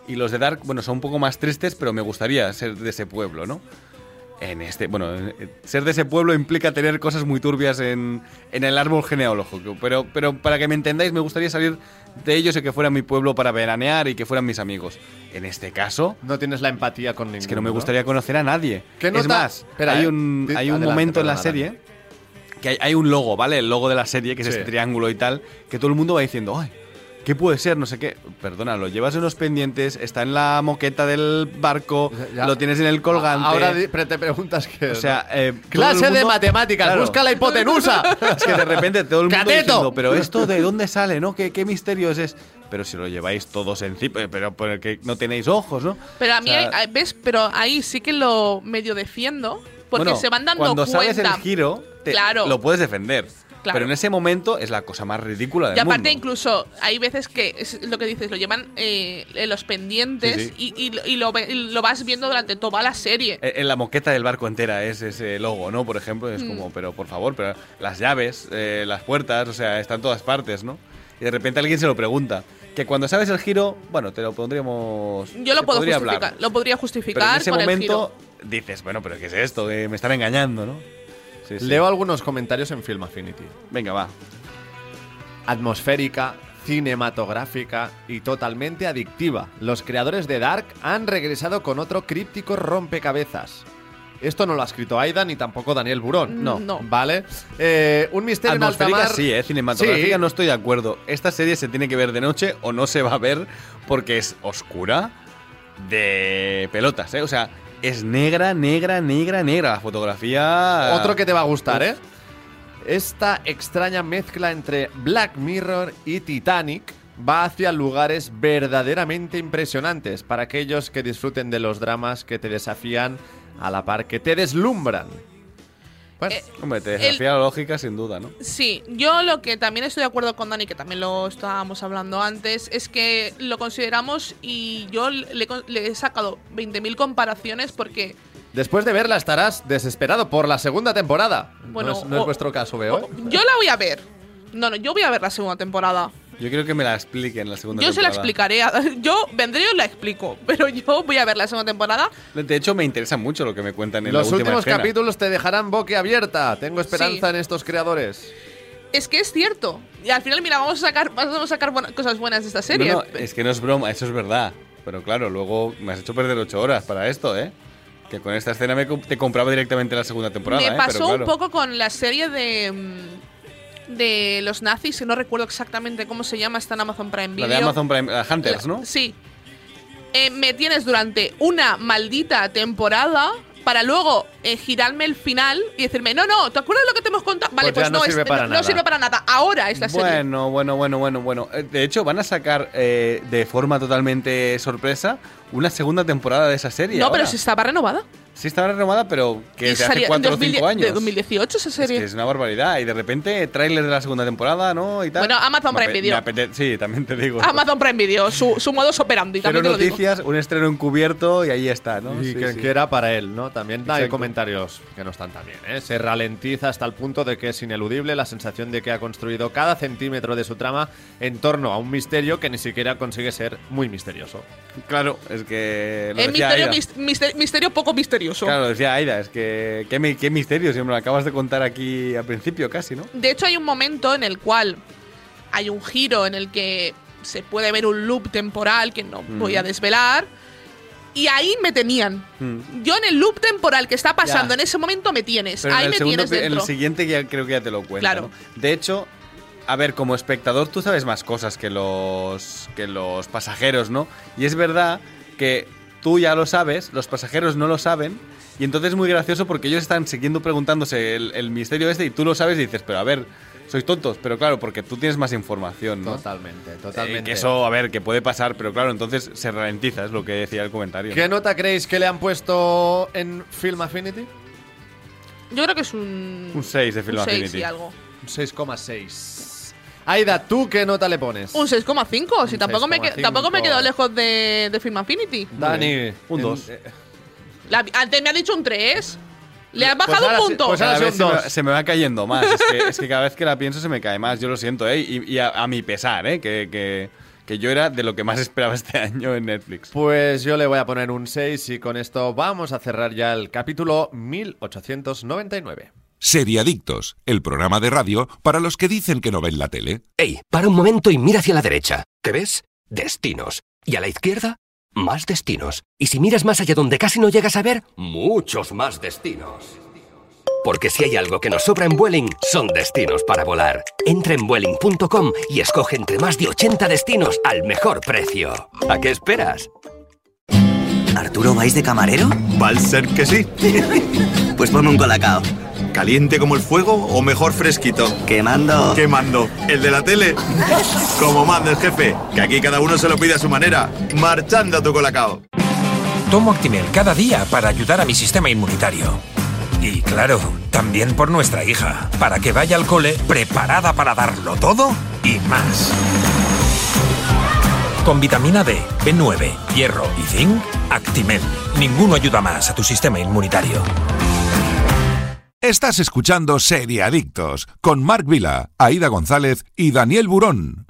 Speaker 4: Y los de Dark, bueno, son un poco más tristes, pero me gustaría ser de ese pueblo, ¿no? En este, bueno, en- eh, ser de ese pueblo implica tener cosas muy turbias en, en el árbol genealógico. Pero, pero para que me entendáis, me gustaría salir de ellos y que fuera mi pueblo para veranear y que fueran mis amigos. En este caso,
Speaker 2: No tienes la empatía con ninguno.
Speaker 4: es que no me gustaría conocer a nadie.
Speaker 2: ¿Qué
Speaker 4: es
Speaker 2: nota?
Speaker 4: más,
Speaker 2: Espera,
Speaker 4: hay
Speaker 2: eh.
Speaker 4: un,
Speaker 2: Di-
Speaker 4: hay un
Speaker 2: adelante,
Speaker 4: momento en la
Speaker 2: perdona,
Speaker 4: serie que hay, hay un logo, ¿vale? El logo de la serie, que es
Speaker 2: Sí.
Speaker 4: este triángulo y tal, que todo el mundo va diciendo, ¡ay! ¿Qué puede ser? No sé qué. Perdona, lo llevas en los pendientes, está en la moqueta del barco,
Speaker 2: Ya.
Speaker 4: lo tienes en el colgante.
Speaker 2: Ahora di- pre- te preguntas que.
Speaker 4: o sea, eh, todo
Speaker 2: Clase
Speaker 4: el
Speaker 2: de
Speaker 4: mundo-
Speaker 2: matemáticas,
Speaker 4: Claro.
Speaker 2: busca la hipotenusa.
Speaker 4: Es que de repente todo el mundo
Speaker 2: ¡Cateto!
Speaker 4: diciendo, pero esto de dónde sale, ¿no? ¿Qué, qué misterios es? Pero si lo lleváis todos encima, pero porque no tenéis ojos, ¿no?
Speaker 3: Pero a
Speaker 4: O
Speaker 3: mí,
Speaker 4: sea,
Speaker 3: hay- ¿ves? Pero ahí sí que lo medio defiendo, porque
Speaker 4: Bueno,
Speaker 3: se van dando
Speaker 4: cuando
Speaker 3: cuenta.
Speaker 4: sabes el giro, te-
Speaker 3: Claro.
Speaker 4: lo puedes defender.
Speaker 3: Claro.
Speaker 4: Pero en ese momento es la cosa más ridícula del
Speaker 3: Y aparte,
Speaker 4: mundo.
Speaker 3: incluso, hay veces que es lo que dices, lo llevan eh, en los pendientes
Speaker 4: Sí, sí.
Speaker 3: Y, y lo- y lo, ve- y lo vas viendo durante toda la serie.
Speaker 4: Eh, En la moqueta del barco entera es ese logo, ¿no? Por ejemplo, es
Speaker 3: Mm.
Speaker 4: como, pero por favor, pero las llaves, eh, las puertas, o sea, están en todas partes, ¿no? Y de repente alguien se lo pregunta. Que cuando sabes el giro, bueno, te lo pondríamos.
Speaker 3: Yo lo
Speaker 4: se
Speaker 3: puedo
Speaker 4: podría
Speaker 3: justificar.
Speaker 4: hablar.
Speaker 3: Lo podría
Speaker 4: Pero en
Speaker 3: justificar
Speaker 4: ese
Speaker 3: con
Speaker 4: momento dices, bueno, pero ¿qué es esto? Que me están engañando, ¿no? Sí, sí.
Speaker 2: Leo algunos comentarios en Film Affinity.
Speaker 4: Venga, va.
Speaker 2: Atmosférica, cinematográfica y totalmente adictiva. Los creadores de Dark han regresado con otro críptico rompecabezas. Esto no lo ha escrito Aida ni tampoco Daniel Burón.
Speaker 4: No.
Speaker 2: ¿Vale? Eh, un misterio en alta
Speaker 4: Atmosférica
Speaker 2: mar.
Speaker 4: sí, ¿eh? Cinematográfica
Speaker 2: Sí.
Speaker 4: no estoy de acuerdo. Esta serie se tiene que ver de noche o no se va a ver porque es oscura de pelotas, ¿eh? O sea, es negra, negra, negra, negra la fotografía.
Speaker 2: Otro que te va a gustar, ¿eh? Esta extraña mezcla entre Black Mirror y Titanic va hacia lugares verdaderamente impresionantes para aquellos que disfruten de los dramas que te desafían a la par que te deslumbran. Bueno,
Speaker 4: hombre, te desafía la lógica sin duda, ¿no?
Speaker 3: Eh, Sí, yo lo que también estoy de acuerdo con Dani, que también lo estábamos hablando antes, es que lo consideramos y yo le, le he sacado 20.000 comparaciones porque
Speaker 2: Después de verla estarás desesperado por la segunda temporada.
Speaker 3: Bueno,
Speaker 2: no es, no es
Speaker 3: o-
Speaker 2: vuestro caso, veo. ¿eh?
Speaker 3: yo la voy a ver. No, no, yo voy a ver la segunda temporada.
Speaker 4: Yo creo que me la expliquen la segunda
Speaker 3: Yo se la
Speaker 4: temporada.
Speaker 3: explicaré. a- Yo vendré y os la explico, pero yo voy a ver la segunda temporada.
Speaker 4: De hecho, me interesa mucho lo que me cuentan en
Speaker 2: Los
Speaker 4: la última
Speaker 2: últimos
Speaker 4: escena.
Speaker 2: capítulos te dejarán boquiabierta. Tengo esperanza
Speaker 3: Sí.
Speaker 2: en estos creadores.
Speaker 3: Es que es cierto. Y al final, mira, vamos a sacar, vamos a sacar buena- cosas buenas de esta serie.
Speaker 4: No, no, es que no es broma, eso es verdad. Pero claro, luego me has hecho perder ocho horas para esto, ¿eh? Que con esta escena me comp- te compraba directamente la segunda temporada, ¿eh?
Speaker 3: Me pasó
Speaker 4: Pero claro.
Speaker 3: un poco con la serie de mm, de los nazis, que no recuerdo exactamente cómo se llama, está en Amazon Prime Video.
Speaker 4: La de Amazon Prime, la Hunters, ¿no?
Speaker 3: Sí. Eh, me tienes durante una maldita temporada para luego eh, girarme el final y decirme, no, no, ¿te acuerdas lo que te hemos contado? Vale,
Speaker 4: Pues ya
Speaker 3: pues,
Speaker 4: no
Speaker 3: no, es-
Speaker 4: sirve para
Speaker 3: no
Speaker 4: nada.
Speaker 3: sirve para nada. Ahora es la serie.
Speaker 4: Bueno, bueno, bueno, bueno, bueno. Eh, De hecho, van a sacar eh, de forma totalmente sorpresa una segunda temporada de esa serie.
Speaker 3: No, pero
Speaker 4: ahora.
Speaker 3: si estaba renovada.
Speaker 4: Sí está renovada, pero que
Speaker 3: Y
Speaker 4: desde hace
Speaker 3: salía en
Speaker 4: 4 o
Speaker 3: 2010
Speaker 4: 5
Speaker 3: De
Speaker 4: años.
Speaker 3: 2018 esa serie.
Speaker 4: Que es una barbaridad. Y de repente, tráiler de la segunda temporada, ¿no? Y tal.
Speaker 3: Bueno, Amazon
Speaker 4: Me
Speaker 3: Prime
Speaker 4: ape-
Speaker 3: Video.
Speaker 4: me apete- Sí, también te digo.
Speaker 3: Amazon Prime Video, su, su modus operandi,
Speaker 4: Pero
Speaker 3: también te lo digo.
Speaker 4: noticias, un estreno encubierto y ahí está, ¿no?
Speaker 2: Y
Speaker 4: Sí,
Speaker 2: que,
Speaker 4: sí.
Speaker 2: que era para él, ¿no? También hay
Speaker 4: Exacto.
Speaker 2: comentarios que no están tan bien, ¿eh? Se ralentiza hasta el punto de que es ineludible la sensación de que ha construido cada centímetro de su trama en torno a un misterio que ni siquiera consigue ser muy misterioso.
Speaker 4: Claro, es que.
Speaker 3: Es
Speaker 4: decía
Speaker 3: misterio,
Speaker 4: Aida.
Speaker 3: mis- mister- misterio poco misterioso.
Speaker 4: Claro, lo decía Aida, es que. Qué, mi- qué misterio, si me lo acabas de contar aquí al principio casi, ¿no?
Speaker 3: De hecho, hay un momento en el cual hay un giro en el que se puede ver un loop temporal que no
Speaker 4: Mm.
Speaker 3: voy a desvelar. Y ahí me tenían.
Speaker 2: Mm.
Speaker 3: Yo en el loop temporal que está pasando
Speaker 4: Ya.
Speaker 3: en ese momento me tienes.
Speaker 4: Pero
Speaker 3: ahí
Speaker 4: en
Speaker 3: me
Speaker 4: el, segundo,
Speaker 3: tienes
Speaker 4: pi- en el
Speaker 3: dentro.
Speaker 4: siguiente ya creo que ya te lo cuento.
Speaker 3: Claro.
Speaker 4: ¿no? De hecho, a ver, como espectador tú sabes más cosas que los, que los pasajeros, ¿no? Y es verdad que tú ya lo sabes, los pasajeros no lo saben. Y entonces es muy gracioso porque ellos están siguiendo preguntándose el, el misterio este y tú lo sabes y dices, pero a ver, sois tontos. Pero claro, porque tú tienes más información, ¿no?
Speaker 2: Totalmente,
Speaker 4: Eh,
Speaker 2: totalmente.
Speaker 4: que eso, a ver, que puede pasar, pero claro, entonces se ralentiza, es lo que decía el comentario.
Speaker 2: ¿Qué nota creéis que le han puesto en Film Affinity?
Speaker 3: Yo creo que es un.
Speaker 4: Un 6 de Film
Speaker 3: un 6
Speaker 4: Affinity.
Speaker 3: y algo.
Speaker 2: Un 6,6. Aida, ¿tú qué nota le pones?
Speaker 3: Un 6,5. Si tampoco me, que-
Speaker 2: 6,5.
Speaker 3: tampoco me he quedado lejos de, de Film Affinity.
Speaker 2: Dani,
Speaker 4: Un
Speaker 2: en-
Speaker 4: dos.
Speaker 3: La- antes me ha dicho un 3. Le has
Speaker 2: Pues
Speaker 3: bajado
Speaker 2: ahora
Speaker 3: un
Speaker 2: sí-
Speaker 3: punto.
Speaker 2: pues ahora
Speaker 4: Cada
Speaker 2: sí
Speaker 4: vez
Speaker 2: un
Speaker 4: se me,
Speaker 2: dos.
Speaker 4: se me va cayendo más. Es que, es que cada vez que la pienso se me cae más. Yo lo siento, ¿eh? Y, y a, a mi pesar, ¿eh? Que, que- que yo era de lo que más esperaba este año en Netflix.
Speaker 2: Pues yo le voy a poner un 6 y con esto vamos a cerrar ya el capítulo 1899.
Speaker 1: Seriadictos, el programa de radio para los que dicen que no ven la tele.
Speaker 10: Ey, para un momento y mira hacia la derecha. ¿Qué ves? Destinos. Y a la izquierda, más destinos. Y si miras más allá donde casi no llegas a ver, muchos más destinos. Porque si hay algo que nos sobra en Vueling, son destinos para volar. Entra en Vueling.com y escoge entre más de 80 destinos al mejor precio. ¿A qué esperas?
Speaker 12: ¿Arturo vais de camarero? Va a ser que sí. pues ponme un colacao.
Speaker 9: ¿Caliente como el fuego o mejor fresquito?
Speaker 12: Quemando.
Speaker 9: Quemando. ¿El de la tele? como manda el jefe, que aquí cada uno se lo pide a su manera. Marchando a tu colacao.
Speaker 11: Tomo Actimel cada día para ayudar a mi sistema inmunitario. Y claro, también por nuestra hija, para que vaya al cole preparada para darlo todo y más. Con vitamina D, B9, hierro y zinc, Actimel. Ninguno ayuda más a tu sistema inmunitario.
Speaker 1: Estás escuchando Serie Adictos con Marc Vila, Aida González y Daniel Burón.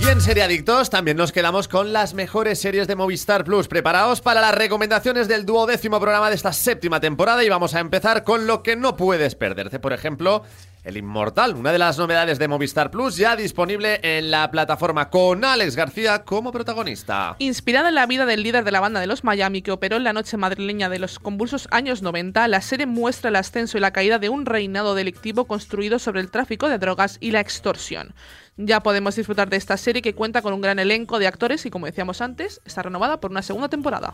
Speaker 2: Y en Serie Adictos también nos quedamos con las mejores series de Movistar Plus. Preparaos para las recomendaciones del duodécimo programa de esta séptima temporada y vamos a empezar con lo que no puedes perderte. Por ejemplo, El Inmortal, una de las novedades de Movistar Plus, ya disponible en la plataforma con Alex García como protagonista.
Speaker 3: Inspirada en la vida del líder de la banda de los Miami que operó en la noche madrileña de los convulsos años 90, la serie muestra el ascenso y la caída de un reinado delictivo construido sobre el tráfico de drogas y la extorsión. Ya podemos disfrutar de esta serie que cuenta con un gran elenco de actores y, como decíamos antes, está renovada por una segunda temporada.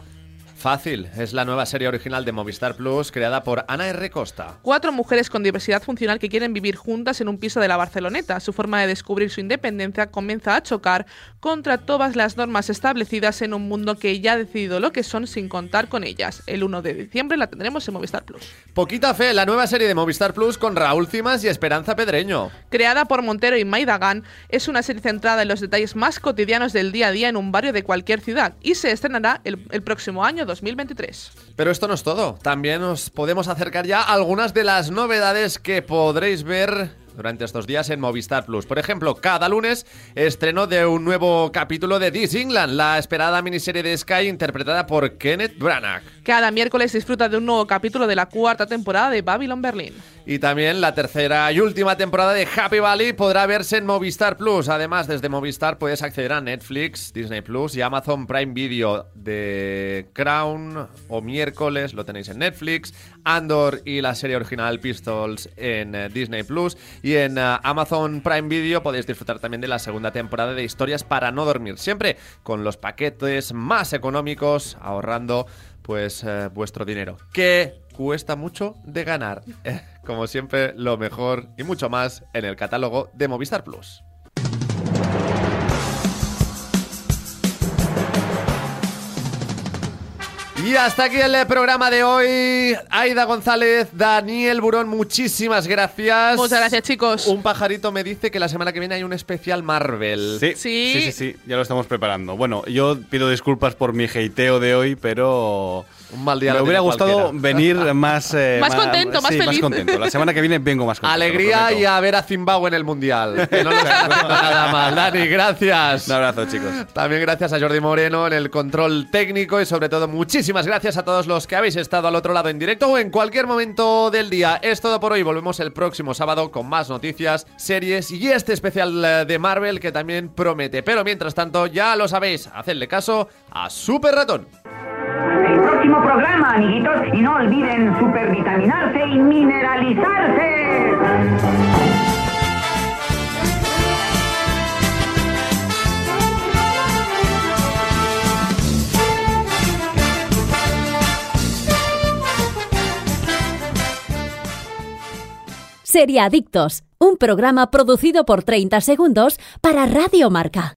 Speaker 2: Fácil, es la nueva serie original de Movistar Plus creada por Ana R. Costa.
Speaker 3: Cuatro mujeres con diversidad funcional que quieren vivir juntas en un piso de la Barceloneta. Su forma de descubrir su independencia comienza a chocar contra todas las normas establecidas en un mundo que ya ha decidido lo que son sin contar con ellas. El 1 de diciembre la tendremos en Movistar Plus.
Speaker 2: Poquita fe, la nueva serie de Movistar Plus con Raúl Cimas y Esperanza Pedreño.
Speaker 3: Creada por Montero y Maidagán, es una serie centrada en los detalles más cotidianos del día a día en un barrio de cualquier ciudad y se estrenará el, el próximo año 2023.
Speaker 2: Pero esto no es todo, también os podemos acercar ya a algunas de las novedades que podréis ver durante estos días en Movistar Plus. Por ejemplo, cada lunes estreno de un nuevo capítulo de This England, la esperada miniserie de Sky interpretada por Kenneth Branagh.
Speaker 3: Cada miércoles disfruta de un nuevo capítulo de la cuarta temporada de Babylon Berlin.
Speaker 2: Y también la tercera y última temporada de Happy Valley podrá verse en Movistar Plus. Además, desde Movistar puedes acceder a Netflix, Disney Plus y Amazon Prime Video de Crown o miércoles lo tenéis en Netflix, Andor y la serie original Pistols en eh, Disney Plus y en eh, Amazon Prime Video podéis disfrutar también de la segunda temporada de Historias para no dormir, siempre con los paquetes más económicos, ahorrando pues eh, vuestro dinero. Que cuesta mucho de ganar. Eh, Como siempre, lo mejor y mucho más en el catálogo de Movistar Plus. Y hasta aquí el eh, programa de hoy. Aida González, Daniel Burón, muchísimas gracias.
Speaker 3: Muchas gracias, chicos.
Speaker 2: Un pajarito me dice que la semana que viene hay un especial Marvel.
Speaker 4: Sí, sí, sí, sí, ya lo estamos preparando. Bueno, yo pido disculpas por mi heiteo de hoy, pero
Speaker 2: Un mal día
Speaker 4: me
Speaker 2: lo
Speaker 4: hubiera
Speaker 2: tiene
Speaker 4: gustado
Speaker 2: cualquiera.
Speaker 4: venir más eh,
Speaker 3: Más contento, más
Speaker 4: sí,
Speaker 3: feliz.
Speaker 4: contento. La semana que viene vengo más contento.
Speaker 2: Alegría y a ver a Zimbabue en el Mundial. Que no nos está haciendo nada mal. Dani, gracias.
Speaker 4: Un abrazo, chicos.
Speaker 2: También gracias a Jordi Moreno en el control técnico y sobre todo muchísimas gracias a todos los que habéis estado al otro lado en directo o en cualquier momento del día. Es todo por hoy. Volvemos el próximo sábado con más noticias, series y este especial eh, de Marvel que también promete. Pero mientras tanto, ya lo sabéis, hacedle caso a Super Ratón.
Speaker 13: El próximo programa, amiguitos, y no olviden supervitaminarse y mineralizarse.
Speaker 14: Sería Adictos, un programa producido por 30 segundos para Radio Marca.